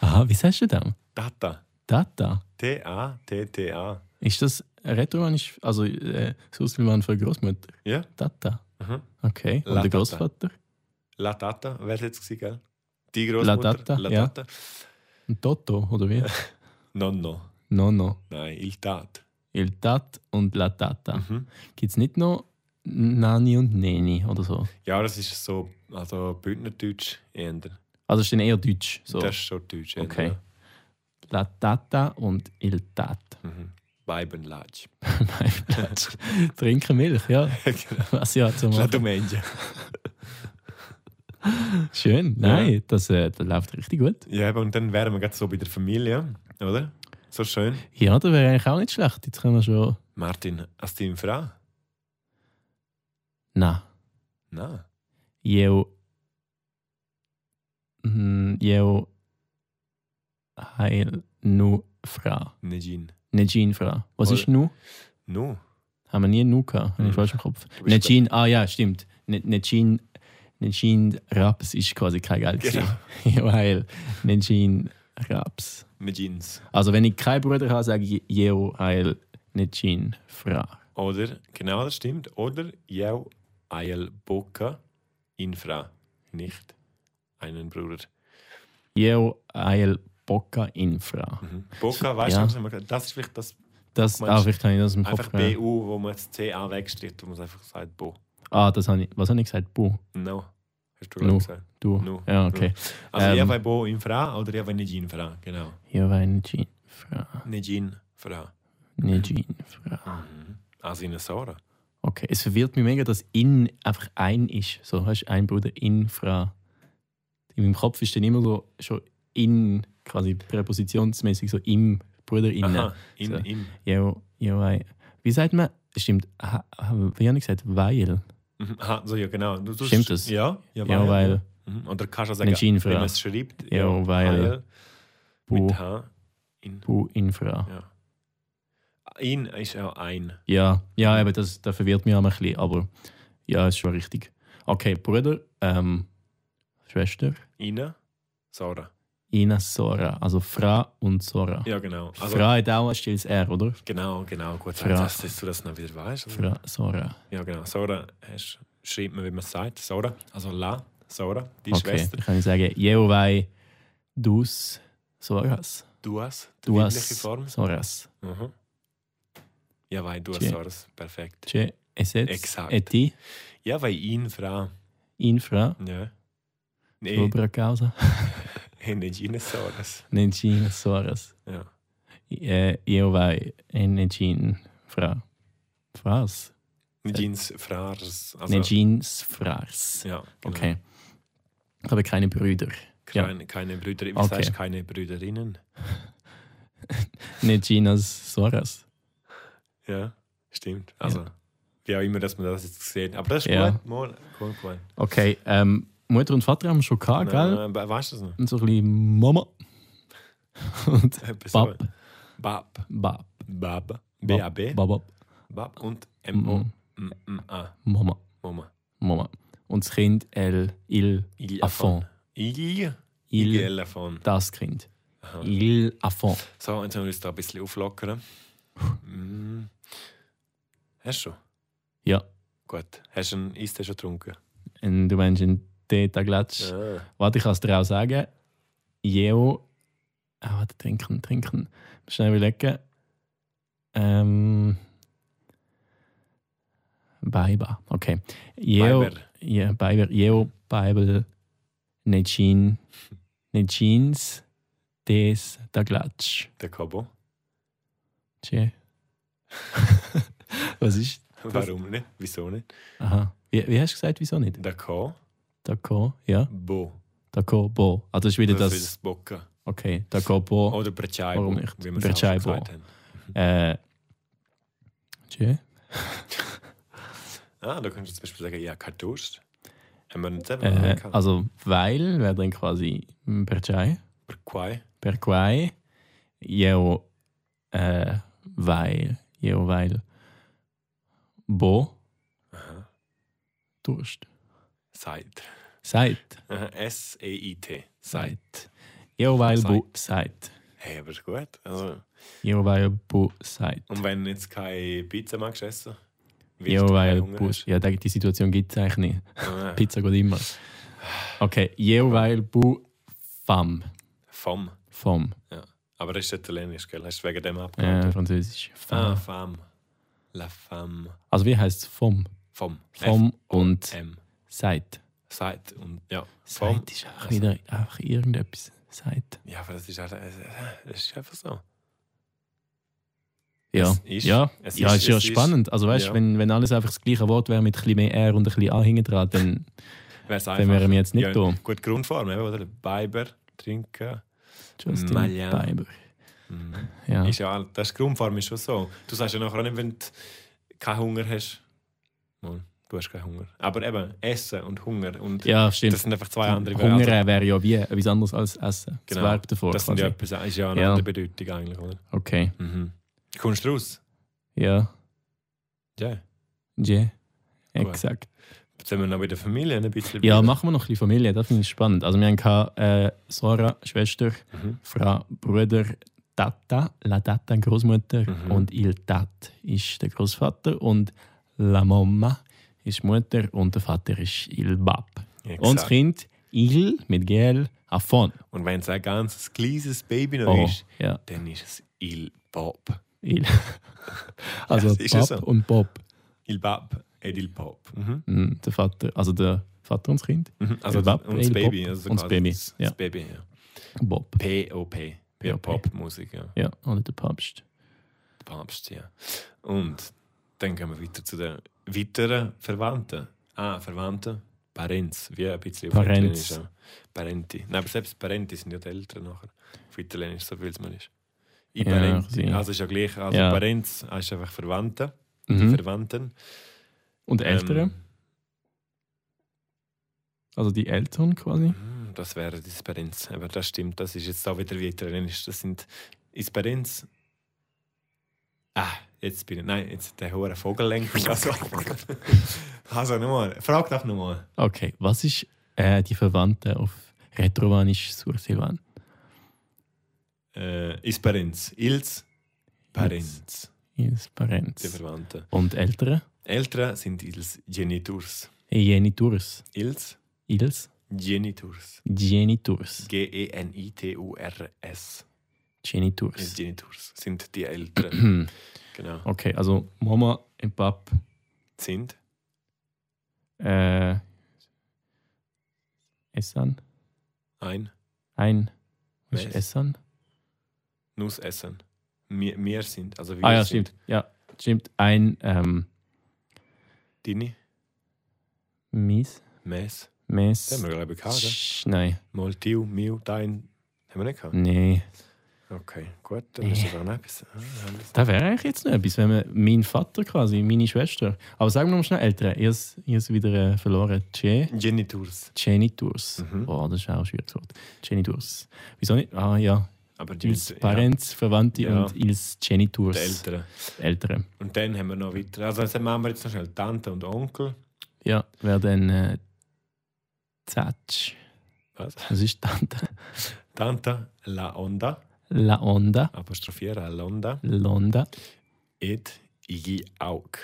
S2: Aha, wie sagst du denn?
S1: Data.
S2: Data.
S1: T-A-T-T-A.
S2: Ist das retromanisch, also äh, das man für Großmutter?
S1: Ja.
S2: Data.
S1: Mhm.
S2: Okay. Und
S1: La
S2: der
S1: Data.
S2: Großvater?
S1: La Data wäre es jetzt gewesen, gell? Die Großmutter.
S2: La Tata, ja. Und Toto, oder
S1: *laughs*
S2: wie?
S1: Nonno.
S2: Nono.
S1: Nein, Il Tat.
S2: Il Tat und La Tata.
S1: Mhm.
S2: Gibt es nicht noch Nani und Neni oder so?
S1: Ja, das ist so, also Bündnerdeutsch eher.
S2: Also ist dann eher Deutsch. So.
S1: Das ist schon Deutsch. eher,
S2: Okay.
S1: ja.
S2: La Tata und Il Tat.
S1: Mhm. *laughs* Weibenlatsch.
S2: Beiplatsch. *laughs* Trinken Milch, ja.
S1: genau.
S2: Was ja zum
S1: La Domenge.
S2: Schön. Nein, das, äh, das läuft richtig gut.
S1: Ja, eben, und dann wären wir gerade so bei der Familie, oder? So schön.
S2: Ja, das wäre eigentlich auch nicht schlecht. Jetzt können wir schon.
S1: Martin, hast du eine Frau?
S2: Na,
S1: Nein.
S2: jeu. Mm, Jeu. Heil nu fra.
S1: Nicht ihn.
S2: Ne Jean fra. Was
S1: Oder-
S2: ist nu?
S1: No.
S2: Haben wir nie nu gehabt? Habe
S1: Mhm.
S2: ich falsch im Kopf.
S1: bist
S2: Ne
S1: da-
S2: Jean, ah ja, stimmt. Ne ne Jean. Ne Jean Raps ist quasi kein Geld.
S1: Genau.
S2: gewesen. *laughs* Jeu heil. Ne Jean Raps.
S1: Mit Jeans.
S2: Also wenn ich keinen Bruder habe, sage ich Jeo Heil Nejin Fra.
S1: Oder, genau das stimmt. Oder jau eil boca infra. Nicht einen Bruder.
S2: Jeo Heil Boca Infra.
S1: Mhm. Boca, weißt
S2: Ja.
S1: du, was immer gesagt- das ist vielleicht das
S2: Das,
S1: Meinst
S2: ah, vielleicht habe ich das im Kopf.
S1: einfach
S2: gehabt.
S1: BU, wo man das CA wegstreicht und man einfach sagt Bo.
S2: Ah, das habe ich, was habe ich gesagt? Bu,
S1: No. Hast du
S2: No.
S1: gerade gesagt.
S2: du.
S1: No.
S2: Ja, okay.
S1: Also
S2: Ähm.
S1: ja bei Bo infra oder ja bei nicht infra. Genau.
S2: Jeo Heil Nejin Fra.
S1: Nicht infra.
S2: Nejin Fra.
S1: Mhm. Also in der Sora.
S2: Okay, es verwirrt mich mega, dass in einfach ein ist. So hast du ein Bruder Infra. In meinem Kopf ist dann immer so schon in, quasi präpositionsmäßig, so im Bruder innen.
S1: Aha. In,
S2: So.
S1: in.
S2: Jo, jo, ei. Wie sagt man? Stimmt, ha, ha, wie habe ich gesagt? Weil.
S1: Mhm. Aha, so ja genau. Du, du,
S2: Stimmt das?
S1: Ja, ja,
S2: Ja, weil.
S1: Mhm. Oder kannst du sagen,
S2: Nicht infra.
S1: wenn man es schreibt,
S2: Ja, weil-
S1: Heil
S2: Bu,
S1: mit H. In,
S2: bu infra.
S1: ja. in ist auch ein.
S2: Ja, ja, eben, das, das verwirrt mich auch ein bisschen, aber ja, ist schon richtig. Okay, Bruder, ähm, Schwester,
S1: Inne, Sarah.
S2: Ina Sora, also Fra und Sora.
S1: Ja, genau. Also,
S2: Fra hat auch ein stilles R, oder?
S1: Genau, genau. Gut,
S2: Fra.
S1: dass, dass du das noch wieder weißt. oder?
S2: Fra Sora.
S1: Ja, genau. Sora hast, schreibt man, wie man es sagt. Sora. Also La, Sora, die
S2: okay,
S1: Schwester.
S2: dann kann ich sagen, Jehovai dus Soras.
S1: Duas, die weibliche
S2: Duas
S1: Form.
S2: Soras.
S1: Mhm. Ja, weil Duas,
S2: Tje.
S1: Soras. Perfekt.
S2: Che E esetz
S1: Exakt.
S2: eti
S1: Ja, weil ihn, Frau.
S2: infra
S1: Ja. Nee,
S2: obra causa
S1: hey, nicht ihn, Soras.
S2: negin Soras.
S1: Ja.
S2: Eh, Jehovai negin fra. Fras?
S1: Nicht
S2: Äh,
S1: ihn, Frars. Also,
S2: Negin fras.
S1: ja, genau.
S2: Okay. Ich habe keine Brüder.
S1: Keine, keine Brüder. Wie
S2: Okay.
S1: sagst du, keine Brüderinnen?
S2: Neginas Soras.
S1: Ja, stimmt. Also, wie auch immer, dass man das jetzt sieht. Aber das ist
S2: Ja.
S1: gut. Mal. Cool, cool.
S2: Okay, ähm, Mutter und Vater haben wir schon gehabt, gell?
S1: Nein, nein, weißt du das noch? *laughs*
S2: Und so ein bisschen Mama. Und
S1: Etwas
S2: Bab.
S1: so. Bab.
S2: Bab.
S1: Bab. B-A-B.
S2: Bab. Bab.
S1: Bab und
S2: Mhm.
S1: M-O-M-A.
S2: Mama.
S1: Mama.
S2: Mama. Und das Kind, el, il,
S1: Il
S2: Affon.
S1: Il.
S2: il,
S1: Il Affon.
S2: das Kind. Il, Affon.
S1: So, jetzt müssen wir uns da ein bisschen auflockern. Mm. Hast du schon?
S2: Ja.
S1: Gut. Hast du einen Eistee schon getrunken?
S2: Und du meinst einen Teta-Glatsch.
S1: Ah.
S2: Warte, ich kann es dir auch sagen. Jeo. Ah, warte, trinken, trinken. Schnell überlegen. Ähm. Baiba. Okay. Jeo.
S1: Weiber.
S2: Ja, Baiber. Jeo, Baibel, Ne Negin. Negins, Ne des, da Glatsch.
S1: Der Kobo.
S2: Tschä. *laughs* Was ist?
S1: Warum nicht? Wieso nicht?
S2: Aha. Wie, wie hast du gesagt, wieso nicht?
S1: Der Ko.
S2: D'accord, ja.
S1: Bo.
S2: D'accord, bo. Also ist wieder Oh,
S1: Das
S2: das.
S1: ist das Bocca.
S2: Okay, d'accord, bo.
S1: Oder Brechaibo.
S2: Warum nicht?
S1: Wie wir es auch schon
S2: Brechaibo.
S1: gesagt haben.
S2: Äh. Tschä.
S1: Ah, da könntest du zum Beispiel sagen, ja, keine Durst. Haben wir nicht selber
S2: Äh,
S1: gehabt?
S2: also, weil wäre dann quasi mm, per chai,
S1: Quai.
S2: per quai, jeo, äh, weil, jeo, weil, bo,
S1: Aha.
S2: Durst,
S1: Seit. *laughs*
S2: seit,
S1: Aha, E S-E-I-T. Seit.
S2: seit, jeo, weil,
S1: Seit.
S2: bo, seit,
S1: Hey, aber ist gut. Also,
S2: jeo, weil, bo, seit,
S1: und wenn du jetzt keine Pizza magst essen, wirst
S2: jeo,
S1: du
S2: weil,
S1: keinen Hunger
S2: bo, ja, da- die Situation gibt es eigentlich nicht. *laughs*
S1: haben. Ah,
S2: Pizza geht immer. Okay, jeo, weil, bo, fam,
S1: Fam.
S2: fam,
S1: Aber das ist italienisch, gell? Hast du wegen dem
S2: äh,
S1: abgehalten?
S2: französisch,
S1: Ah,
S2: fam.
S1: fam. La fam.
S2: Also, wie heißt es vom?
S1: Vom.
S2: Vom und
S1: F-M.
S2: seit.
S1: Seit. Und, ja. Äh. Vom.
S2: Seit ist einfach wieder einfach irgendetwas. Seit.
S1: Ja, aber das ist, halt, es- es ist einfach so.
S2: Ja,
S1: Es ist-
S2: ja.
S1: es
S2: ja,
S1: ist-
S2: ist, ja
S1: es ist-
S2: spannend. Also weißt,
S1: ja.
S2: wenn, wenn alles einfach das gleiche Wort wäre mit ein bisschen mehr R und ein bisschen A hinten dran, dann,
S1: Wär's
S2: dann wären wir jetzt nicht
S1: Ja,
S2: da.
S1: Gut, Grundform, eben, oder? Biber, trinken.
S2: Justin
S1: Malin.
S2: Bieber.
S1: Mhm.
S2: Ja.
S1: Ist ja, das ist die Grundform ist schon so. Du sagst ja nachher auch nicht, wenn du keinen Hunger hast. Mal, du hast keinen Hunger. Aber eben, Essen und Hunger. Und
S2: ja,
S1: das
S2: stimmt.
S1: sind einfach zwei andere
S2: Hunger
S1: Wörter.
S2: wäre ja wie etwas anderes als Essen.
S1: Genau.
S2: Das Verb davor.
S1: Das sind ja
S2: quasi.
S1: etwas, ist ja eine
S2: Ja.
S1: andere Bedeutung eigentlich, oder?
S2: Okay.
S1: Mhm. Kommst du raus?
S2: Ja.
S1: Ja.
S2: Yeah.
S1: Gut.
S2: Exakt.
S1: Jetzt sind wir noch bei der Familie ein bisschen.
S2: Ja,
S1: bleiben.
S2: machen wir noch ein bisschen Familie, das finde ich spannend. Also wir haben gehabt, äh, Sora, Schwester,
S1: Mhm.
S2: Frau, Bruder, Tata, la Tata, Großmutter
S1: Mhm.
S2: und il Tat ist der Großvater und la Mama ist die Mutter und der Vater ist il Bab.
S1: Exakt.
S2: Und das Kind il mit GL Afon.
S1: Und wenn es ein ganzes kleines Baby noch
S2: Oh,
S1: ist,
S2: ja,
S1: dann ist es Il Bob. *laughs*
S2: il. also
S1: Ja, es ist ja
S2: Bab
S1: so.
S2: und Bob,
S1: Il Bab et Il Pop. Mhm.
S2: Mm, der Vater, also der Vater und das Kind,
S1: Mhm. Also,
S2: Il Bab,
S1: und das
S2: Il Bob
S1: Baby. Also
S2: und das
S1: quasi
S2: Baby,
S1: Das,
S2: ja.
S1: das Baby, ja.
S2: Bob.
S1: P.O.P. Ja,
S2: P.O.P..
S1: Popmusik, ja.
S2: Ja, oder der Papst.
S1: Papst, ja. Und dann gehen wir weiter zu den weiteren Verwandten. Ah, Verwandte. Parents, wie ein bisschen auf
S2: Parents.
S1: Italienisch, ja. Parenti. Nein, aber selbst Parenti sind ja die Eltern nachher. Auf Italienisch, so viel es man ist. I
S2: Ja,
S1: Parenti.
S2: sie-
S1: Also ist ja gleich. Also
S2: Ja.
S1: Parents ist einfach Verwandte. Die
S2: Mhm.
S1: Verwandten.
S2: Und Ältere,
S1: Ähm,
S2: also die Eltern quasi.
S1: hm, das wäre die Parents. Aber das stimmt, das ist jetzt auch wieder wie Italienisch. Das sind ist Parents. Ah, jetzt bin ich. Nein, jetzt der hohe Vogellenker. Also, also nochmal. Frag doch nochmal.
S2: Okay, was ist äh, die Verwandte auf Retrovanisch Sursilvan?
S1: äh, ist Parenz. Ils Parenz,
S2: Yes,
S1: die
S2: Parents.
S1: Verwandten.
S2: Und Eltern?
S1: Ältere sind ils Geniturs.
S2: Geniturs.
S1: Ils
S2: Ils
S1: Geniturs. E
S2: Geniturs.
S1: G-E-N-I-T-U-R-S. Ils
S2: *clears throat* Geniturs.
S1: Geniturs sind die Älteren. genau.
S2: Okay, also Mama und Pap
S1: Sind
S2: äh, Essan?
S1: ein
S2: Ein. Was
S1: Was?
S2: ist Essan?
S1: Nuss essen. Wir, wir sind, also wir
S2: Ah ja,
S1: sind.
S2: stimmt. Ja, stimmt. Ein ähm,
S1: Dini,
S2: Mies.
S1: Mes.
S2: Mes.
S1: Das haben wir, glaube ich, gehabt. oder?
S2: Sch- Hm. Nein,
S1: Mal Tiu, Miu, Dein. Haben wir nicht gehabt?
S2: nee.
S1: Okay, gut, dann ist
S2: Nee.
S1: es auch noch etwas. Ah, ein bisschen.
S2: Da wäre eigentlich jetzt noch etwas, wenn man mein Vater quasi, meine Schwester. Aber sagen wir mal schnell Eltern. Ihr ist wieder äh, verloren. Che.
S1: Geniturs.
S2: Genitors.
S1: Mhm.
S2: Boah, das ist auch ein schwieriges Wort. Genitors. Wieso nicht? Ah ja.
S1: Aber die
S2: Ils
S1: ja,
S2: Parents, Verwandte
S1: Ja.
S2: und ils
S1: die
S2: Genitors.
S1: Älteren.
S2: Eltern.
S1: Und dann haben wir noch weiter. Also, jetzt machen wir jetzt noch schnell Tante und Onkel.
S2: Ja, wäre dann äh, Zatsch.
S1: Was?
S2: Das ist Tante.
S1: Tante, La Onda.
S2: La Onda.
S1: Apostrophiere, La Onda.
S2: Londa.
S1: Et, Igi, Aug.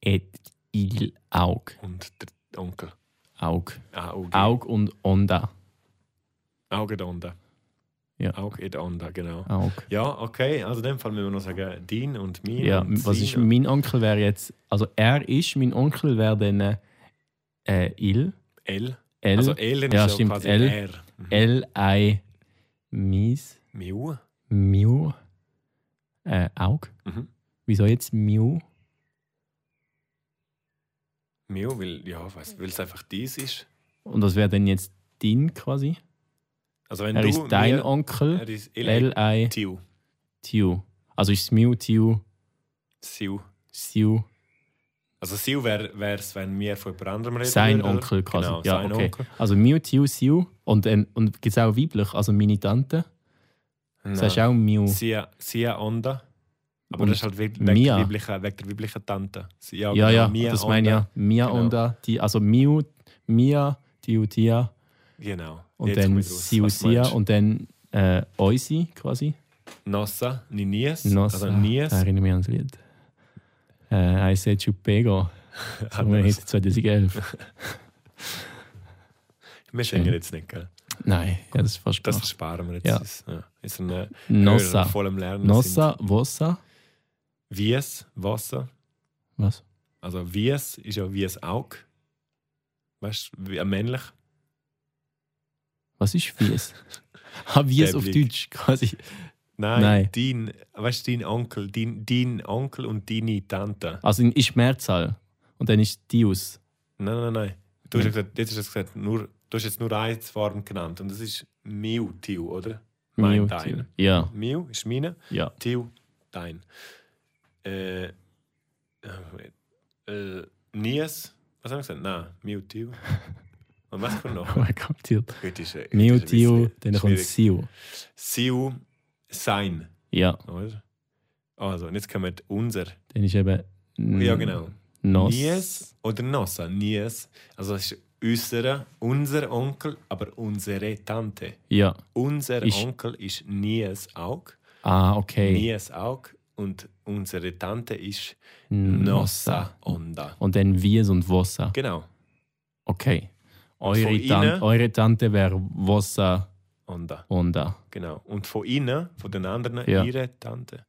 S2: Et il Aug.
S1: Und der Onkel.
S2: Aug.
S1: Auge.
S2: Aug und Onda.
S1: Auge, der Onda.
S2: Ja.
S1: Auge, et Onda, genau.
S2: Aug.
S1: Ja, okay. Also, in dem Fall müssen wir noch sagen, Dein und Min.
S2: Ja,
S1: und
S2: was
S1: sein
S2: ist
S1: und-
S2: mein Onkel wäre jetzt, also er ist, mein Onkel wäre dann äh, il,
S1: L.
S2: l,
S1: Also, L ist
S2: Ja,
S1: ja
S2: stimmt,
S1: quasi
S2: L.
S1: R. Mhm.
S2: l, i, mies,
S1: Miu.
S2: miu, äh, aug.
S1: Mhm.
S2: Wieso jetzt miu?
S1: Miu, weil ja, es einfach dies ist.
S2: Und das wäre dann jetzt din quasi.
S1: Also, wenn
S2: Er
S1: du.
S2: ist dein
S1: mir-
S2: Onkel,
S1: Er ist
S2: l, i,
S1: Tiu.
S2: tiu. Also ist es miu, tiu,
S1: Siu.
S2: siu,
S1: Also Siu wäre es, wenn wir von jemand anderem reden
S2: sein
S1: würden, oder?
S2: Onkel quasi.
S1: Genau,
S2: ja,
S1: sein
S2: okay.
S1: Onkel.
S2: Also miu, tiu, siu. Und, äh, und gibt es auch weiblich, also meine Tante. Das heißt auch miu.
S1: Sia, Sia Onda. Aber
S2: Und
S1: das ist halt we- wegen,
S2: Mia.
S1: Der weiblichen, wegen der weiblichen Tante. Sia, genau,
S2: Ja, ja,
S1: Mia
S2: das meine ich ja. Mia
S1: Genau.
S2: und da, die, also Miu, Mia, Tiu, Tia
S1: Genau.
S2: und
S1: Jetzt komm
S2: dann
S1: ich raus.
S2: Siu,
S1: Was
S2: Sia
S1: meinst du?
S2: und dann äh, Oisi quasi.
S1: Nossa, Ninies.
S2: Nossa,
S1: Also Nies. *laughs*
S2: da erinnere ich mich ans Lied. Äh, I say
S1: *laughs*
S2: Chupego, Sommer Hit 2011.
S1: wir singen jetzt nicht, gell?
S2: Nein, ja, das ist fast
S1: Das
S2: klar.
S1: ersparen wir jetzt.
S2: Ja.
S1: Ist, ja. ist ein äh,
S2: Nossa,
S1: vollem Lernen.
S2: Nossa, Vossa,
S1: sind. Wies, Wasser.
S2: was?
S1: Also Wies ist ja Wies Aug. Weißt du, wie- männlich.
S2: Was
S1: *laughs*
S2: ist Vies? ah, Vies
S1: Der
S2: auf
S1: Blick.
S2: Deutsch quasi.
S1: Nein,
S2: Nein.
S1: Dein, weißt, du, dein Onkel, dein, dein Onkel und deine Tante.
S2: Also in- ist Mehrzahl und dann ist Dius.
S1: Nein, nein, nein. Du hast ja
S2: Ja.
S1: gesagt, jetzt hast du es gesagt, nur, du hast jetzt nur eine Form genannt und das ist Miu, Tiu, oder? Mein,
S2: Miu,
S1: dein.
S2: Tiu. Ja,
S1: Miu ist meine,
S2: ja.
S1: *laughs* Tiu, dein. Äh, äh, äh, Nies, was haben wir gesagt? Nein, Miu, *laughs* Tiu. Und was kommt noch?
S2: Wer kommt hier?
S1: Heute ist, äh,
S2: Miu,
S1: heute ist ein
S2: Tiu,
S1: bisschen
S2: dann kommt
S1: schwierig.
S2: Siu.
S1: Siu, sein,
S2: Ja,
S1: oder? Also, und jetzt kommt unser.
S2: dann ist eben. n-
S1: Ja, genau.
S2: Mm, Nos.
S1: Nies oder Nossa, Nies. Also es ist unsere, unser Onkel, aber unsere Tante.
S2: Ja.
S1: Unser
S2: Ist-
S1: Onkel ist Nies auch,
S2: Ah, okay.
S1: Nies auch und unsere Tante ist
S2: Nossa.
S1: Nossa Onda.
S2: Und dann Wies und Vossa.
S1: Genau,
S2: Okay.
S1: von
S2: Eure,
S1: ihnen-
S2: Tan eure Tante wäre Vossa
S1: Onda,
S2: Onda.
S1: genau. Und von ihnen, von den anderen,
S2: Ja.
S1: ihre Tante.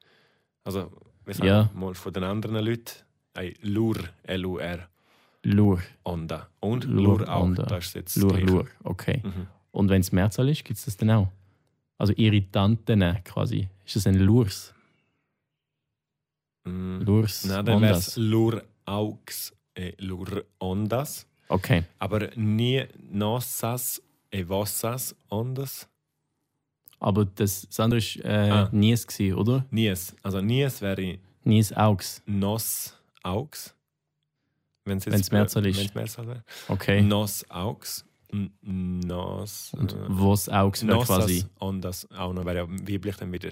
S1: Also, wir sagen
S2: Ja.
S1: mal von den anderen Leuten, ein Lur, L-U-R,
S2: Lur.
S1: Onda. Und
S2: Lur
S1: Lur, auch,
S2: Onda.
S1: das ist jetzt das
S2: Lur,
S1: Gleiche.
S2: Lur. Okay.
S1: Mhm.
S2: Und wenn es Mehrzahl ist, gibt es das dann auch? Also ihre Tanten äh, quasi. Ist das ein Lurs?
S1: Mhm.
S2: Lurs.
S1: Na, dann wäre es
S2: Ondas.
S1: Lur Augs, äh, Lur Ondas.
S2: Okay.
S1: Aber nie Nossas, e Vossas Ondas.
S2: Aber das, das andere ist äh,
S1: Ah.
S2: Nies, gewesen, oder?
S1: Nies. Also Nies wäre
S2: Nies Augs.
S1: Nos Augs. Wenn
S2: Wenn's Mehrzahl ist.
S1: Wenn's Mehrzahl wäre.
S2: Okay.
S1: Nos Augs. N- Nos.
S2: Und
S1: äh,
S2: Vos Augs wäre
S1: Nossas
S2: quasi.
S1: Ondas. Auch noch wäre ja weiblich dann wieder.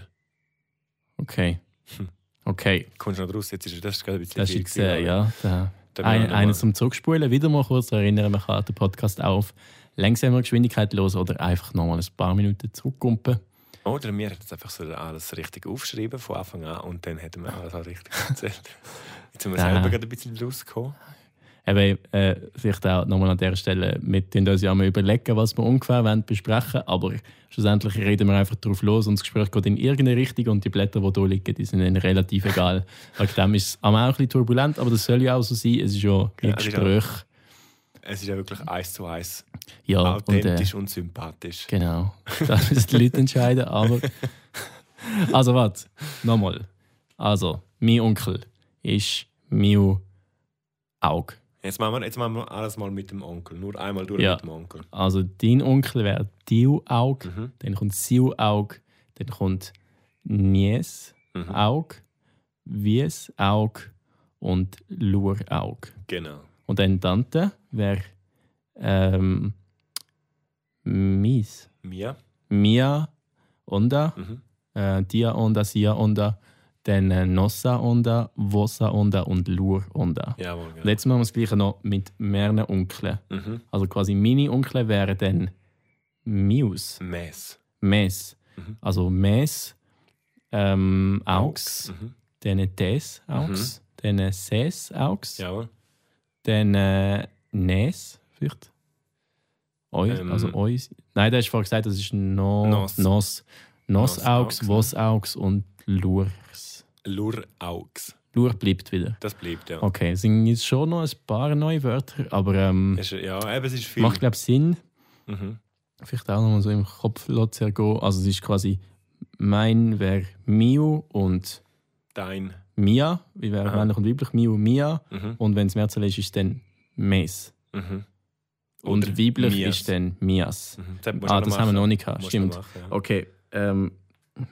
S2: Okay.
S1: Hm.
S2: Okay,
S1: Kommst du noch raus? Jetzt ist das ist gerade ein bisschen
S2: das ist
S1: viel
S2: jetzt,
S1: gewesen,
S2: äh,
S1: aber
S2: ja. Da.
S1: genau. da bin ich
S2: Ein,
S1: noch mal-
S2: eines zum Zurückspulen. Wieder mal kurz erinnern, man kann den Podcast auch auf langsamer Geschwindigkeit los oder einfach nochmal ein paar Minuten zurückkumpen.
S1: Oder wir hätten jetzt einfach so alles richtig aufschreiben von Anfang an und dann hätten wir alles auch
S2: *laughs*
S1: richtig erzählt. Jetzt sind wir
S2: Nein.
S1: selber gerade ein bisschen rausgekommen.
S2: Eben, äh, vielleicht auch nochmal an dieser Stelle, wir tun uns ja mal überlegen, was wir ungefähr wollen besprechen aber schlussendlich reden wir einfach drauf los und das Gespräch geht in irgendeine Richtung und die Blätter, die hier liegen, die sind ihnen relativ
S1: *laughs*
S2: egal. Wegen dem ist es am Ende auch ein bisschen turbulent, aber das soll ja auch so sein, es ist ja ein
S1: Genau,
S2: Gespräch.
S1: Es ist ja wirklich eins zu eins.
S2: Ja, und, äh,
S1: Authentisch und, sympathisch.
S2: Genau. Das müssen die Leute entscheiden, aber. Also, warte, nochmal. Also, mein Onkel ist mein Auge.
S1: Jetzt machen, wir, jetzt machen wir alles mal mit dem Onkel. Nur einmal durch
S2: Ja.
S1: mit dem Onkel.
S2: Also, dein Onkel wäre Diu Auge,
S1: Mhm.
S2: dann kommt Siu Auge, dann kommt Nies
S1: Mhm.
S2: Auge, Wies Auge und Lur Auge.
S1: Genau.
S2: Und dann Tante wäre ähm, Mies.
S1: Mia.
S2: Mia Onda.
S1: Mhm.
S2: äh, Dia Onda, Sia Onda, dann äh, Nossa Onda, Vossa Onda und Lur Onda.
S1: Jawohl, genau.
S2: Letztes Mal haben wir das gleiche noch mit mehreren Onkeln.
S1: Mhm.
S2: Also quasi meine Onkel wären dann Mius,
S1: Mess.
S2: Mes.
S1: Mhm.
S2: Also Mes, ähm, Aux,
S1: Mhm.
S2: dann Tes Aux, dann Ses Aux,
S1: Jawohl.
S2: dann äh, Nes, vielleicht. Eus,
S1: Ähm.
S2: also Eus. Nein, da hast du vorher gesagt, das ist no,
S1: Nos.
S2: Nos. Nos,
S1: Nos
S2: Aux,
S1: Aux,
S2: Vos Aux und Lurs.
S1: Lur Augs.
S2: Lur bleibt wieder.
S1: Das bleibt, ja.
S2: Okay, es sind jetzt schon noch ein paar neue Wörter, aber ähm,
S1: Es Ist, ja, eben, es ist viel.
S2: macht, glaube ich, Sinn.
S1: mhm.
S2: Vielleicht auch nochmal so im Kopf lassen gehen. Also es ist quasi mein wäre Mio und
S1: Dein.
S2: Mia. Wie wäre
S1: Aha.
S2: männlich und weiblich? Mio, Mia.
S1: Mhm.
S2: Und wenn es Mehrzahl ist, ist es dann Mes.
S1: Mhm.
S2: Und
S1: Oder
S2: weiblich
S1: Mias.
S2: ist dann Mias.
S1: Mhm. Das,
S2: Ah, das haben wir noch nicht gehabt.
S1: Musst du
S2: Stimmt.
S1: Machen, ja.
S2: Okay. Ähm,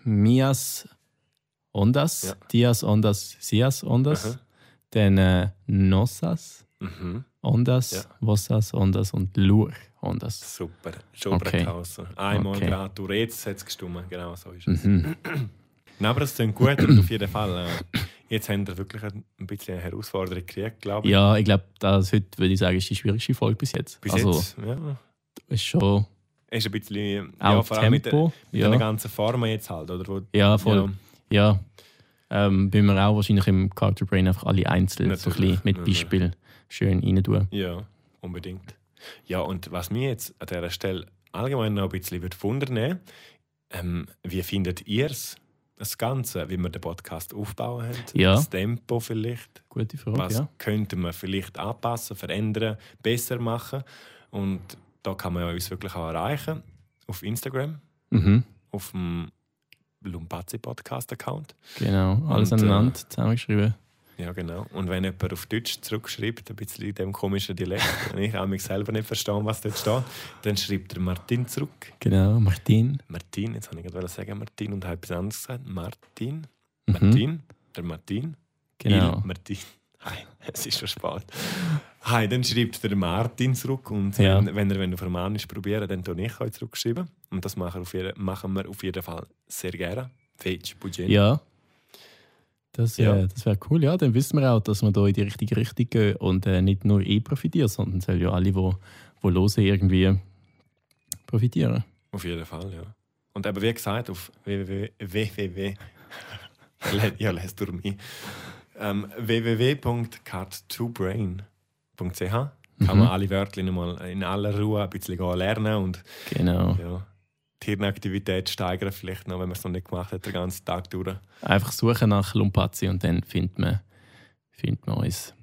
S2: Mias Ondas,
S1: Ja.
S2: Dias Ondas, Sias Ondas,
S1: Aha.
S2: dann äh, Nosas.
S1: Mhm.
S2: Ondas,
S1: Ja.
S2: Vossas, Ondas und Lur Ondas.
S1: Super. Schon
S2: Okay.
S1: Brackhausen. Einmal
S2: Okay.
S1: gerade durch. Jetzt hat es gestummen. Genau so ist es.
S2: Mhm.
S1: Nein, aber das klingt gut und auf jeden Fall. Äh, jetzt haben wir wirklich ein ein bisschen eine Herausforderung gekriegt, glaube ich.
S2: Ja, ich glaube, das heute würde ich sagen, ist die schwierigste Folge bis jetzt.
S1: Bis
S2: also,
S1: jetzt. Ja.
S2: ist schon
S1: Ist ein bisschen.
S2: auch
S1: Ja, vor allem mit der, mit
S2: Tempo.
S1: der
S2: ja.
S1: ganzen Form jetzt halt. Oder? Wo,
S2: ja, voll. Ja. Ähm, bin mir auch wahrscheinlich im Character Brain einfach alle einzeln so ein
S1: Natürlich,
S2: bisschen mit
S1: natürlich.
S2: Beispiel schön rein tun.
S1: Ja. ja, unbedingt. Ja, und was mich jetzt an dieser Stelle allgemein noch ein bisschen würde wundern, ähm, wie findet ihr es? Das Ganze, wie wir den Podcast aufbauen haben,
S2: Ja.
S1: das Tempo vielleicht.
S2: Gute Frage,
S1: Was
S2: ja.
S1: könnte man vielleicht anpassen, verändern, besser machen? Und da kann man uns wirklich auch erreichen. Auf Instagram,
S2: Mhm.
S1: auf dem Lumpazzi Podcast Account.
S2: Genau, alles
S1: Und, äh,
S2: aneinander zusammengeschrieben.
S1: Ja, genau. Und wenn jemand auf Deutsch zurückschreibt, ein bisschen in dem komischen Dialekt, *laughs* wenn ich auch mich selber nicht verstehe, was dort steht, dann schreibt der Martin zurück.
S2: Genau, Martin.
S1: Martin, jetzt wollte ich gerade sagen Martin und habe etwas anderes gesagt. Martin,
S2: Mhm.
S1: Martin, der Martin.
S2: Genau.
S1: Il Martin. *laughs* Hi, es ist schon spät. Hi, dann schreibt der Martin zurück und
S2: Ja.
S1: wenn, wenn er wenn auf Romanisch probieren, dann tue ich euch zurückschreiben. Und das machen, auf jeden, machen wir auf jeden Fall sehr gerne. Fetch, Budget.
S2: Ja. Das,
S1: Ja.
S2: Äh, das wäre cool, ja. Dann wissen wir auch, dass wir da in die richtige Richtung gehen und äh, nicht nur ich profitiere, sondern sollen ja alle, die wo, wo hören, irgendwie profitieren.
S1: Auf jeden Fall, ja. Und eben wie gesagt, auf www. *laughs* ja, lest durch mich. Ähm, www.card2brain.ch kann
S2: Mhm.
S1: man alle Wörter nochmal in aller Ruhe ein bisschen gehen lernen und
S2: Genau.
S1: Ja. Die Hirnaktivität steigern vielleicht noch, wenn man es noch nicht gemacht hat, den ganzen Tag durch.
S2: Einfach suchen nach Lumpazzi und dann findet man, findet man uns.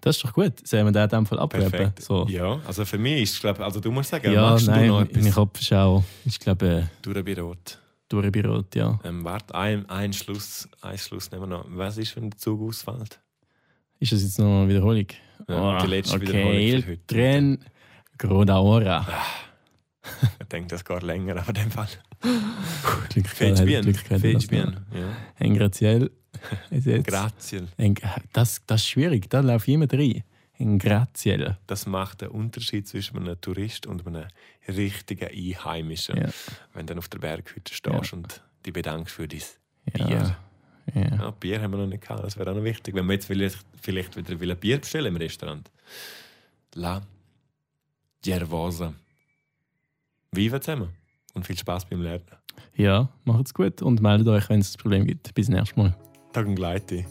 S2: Das ist doch gut. Sollen wir den in dem Fall abwerben?
S1: Perfekt.
S2: So.
S1: Ja, also für mich ist es, glaube also du musst sagen,
S2: Oh. Ja,
S1: machst du noch
S2: nein, mein
S1: etwas
S2: Kopf ist auch, ich glaube, äh,
S1: durch bei Rot?
S2: durch bei Rot, ja.
S1: Ähm, warte, ein, ein, Schluss, ein Schluss nehmen wir noch. Was ist, wenn der Zug ausfällt?
S2: Ist das jetzt noch eine Wiederholung?
S1: Ja, die letzte Wiederholung für heute.
S2: Tren Grodaora.
S1: Ah, Ich denke, das geht länger, aber in dem Fall.
S2: Glück
S1: Fetch
S2: gehabt,
S1: bien.
S2: Glück gehabt,
S1: Fetch
S2: dass man-
S1: bien. Ja.
S2: Ein Graziell. ist jetzt-
S1: Graziel.
S2: Ein- Das, das ist schwierig, da läuft jemand rein. Ein Graziell.
S1: Das macht den Unterschied zwischen einem Tourist und einem richtigen Einheimischen.
S2: Ja.
S1: Wenn du dann auf der Berghütte stehst und dich bedankst für dein Bier.
S2: Ja. Ja.
S1: Ja, Bier haben wir noch nicht gehabt, das wäre auch noch wichtig. Wenn wir jetzt vielleicht, vielleicht wieder will ein Bier bestellen im Restaurant. La Gervosa. Viva zusammen. und viel Spaß beim Lernen.
S2: Ja, macht's gut und meldet euch, wenn es ein Problem gibt. Bis nächstes Mal.
S1: Tag und Gleite.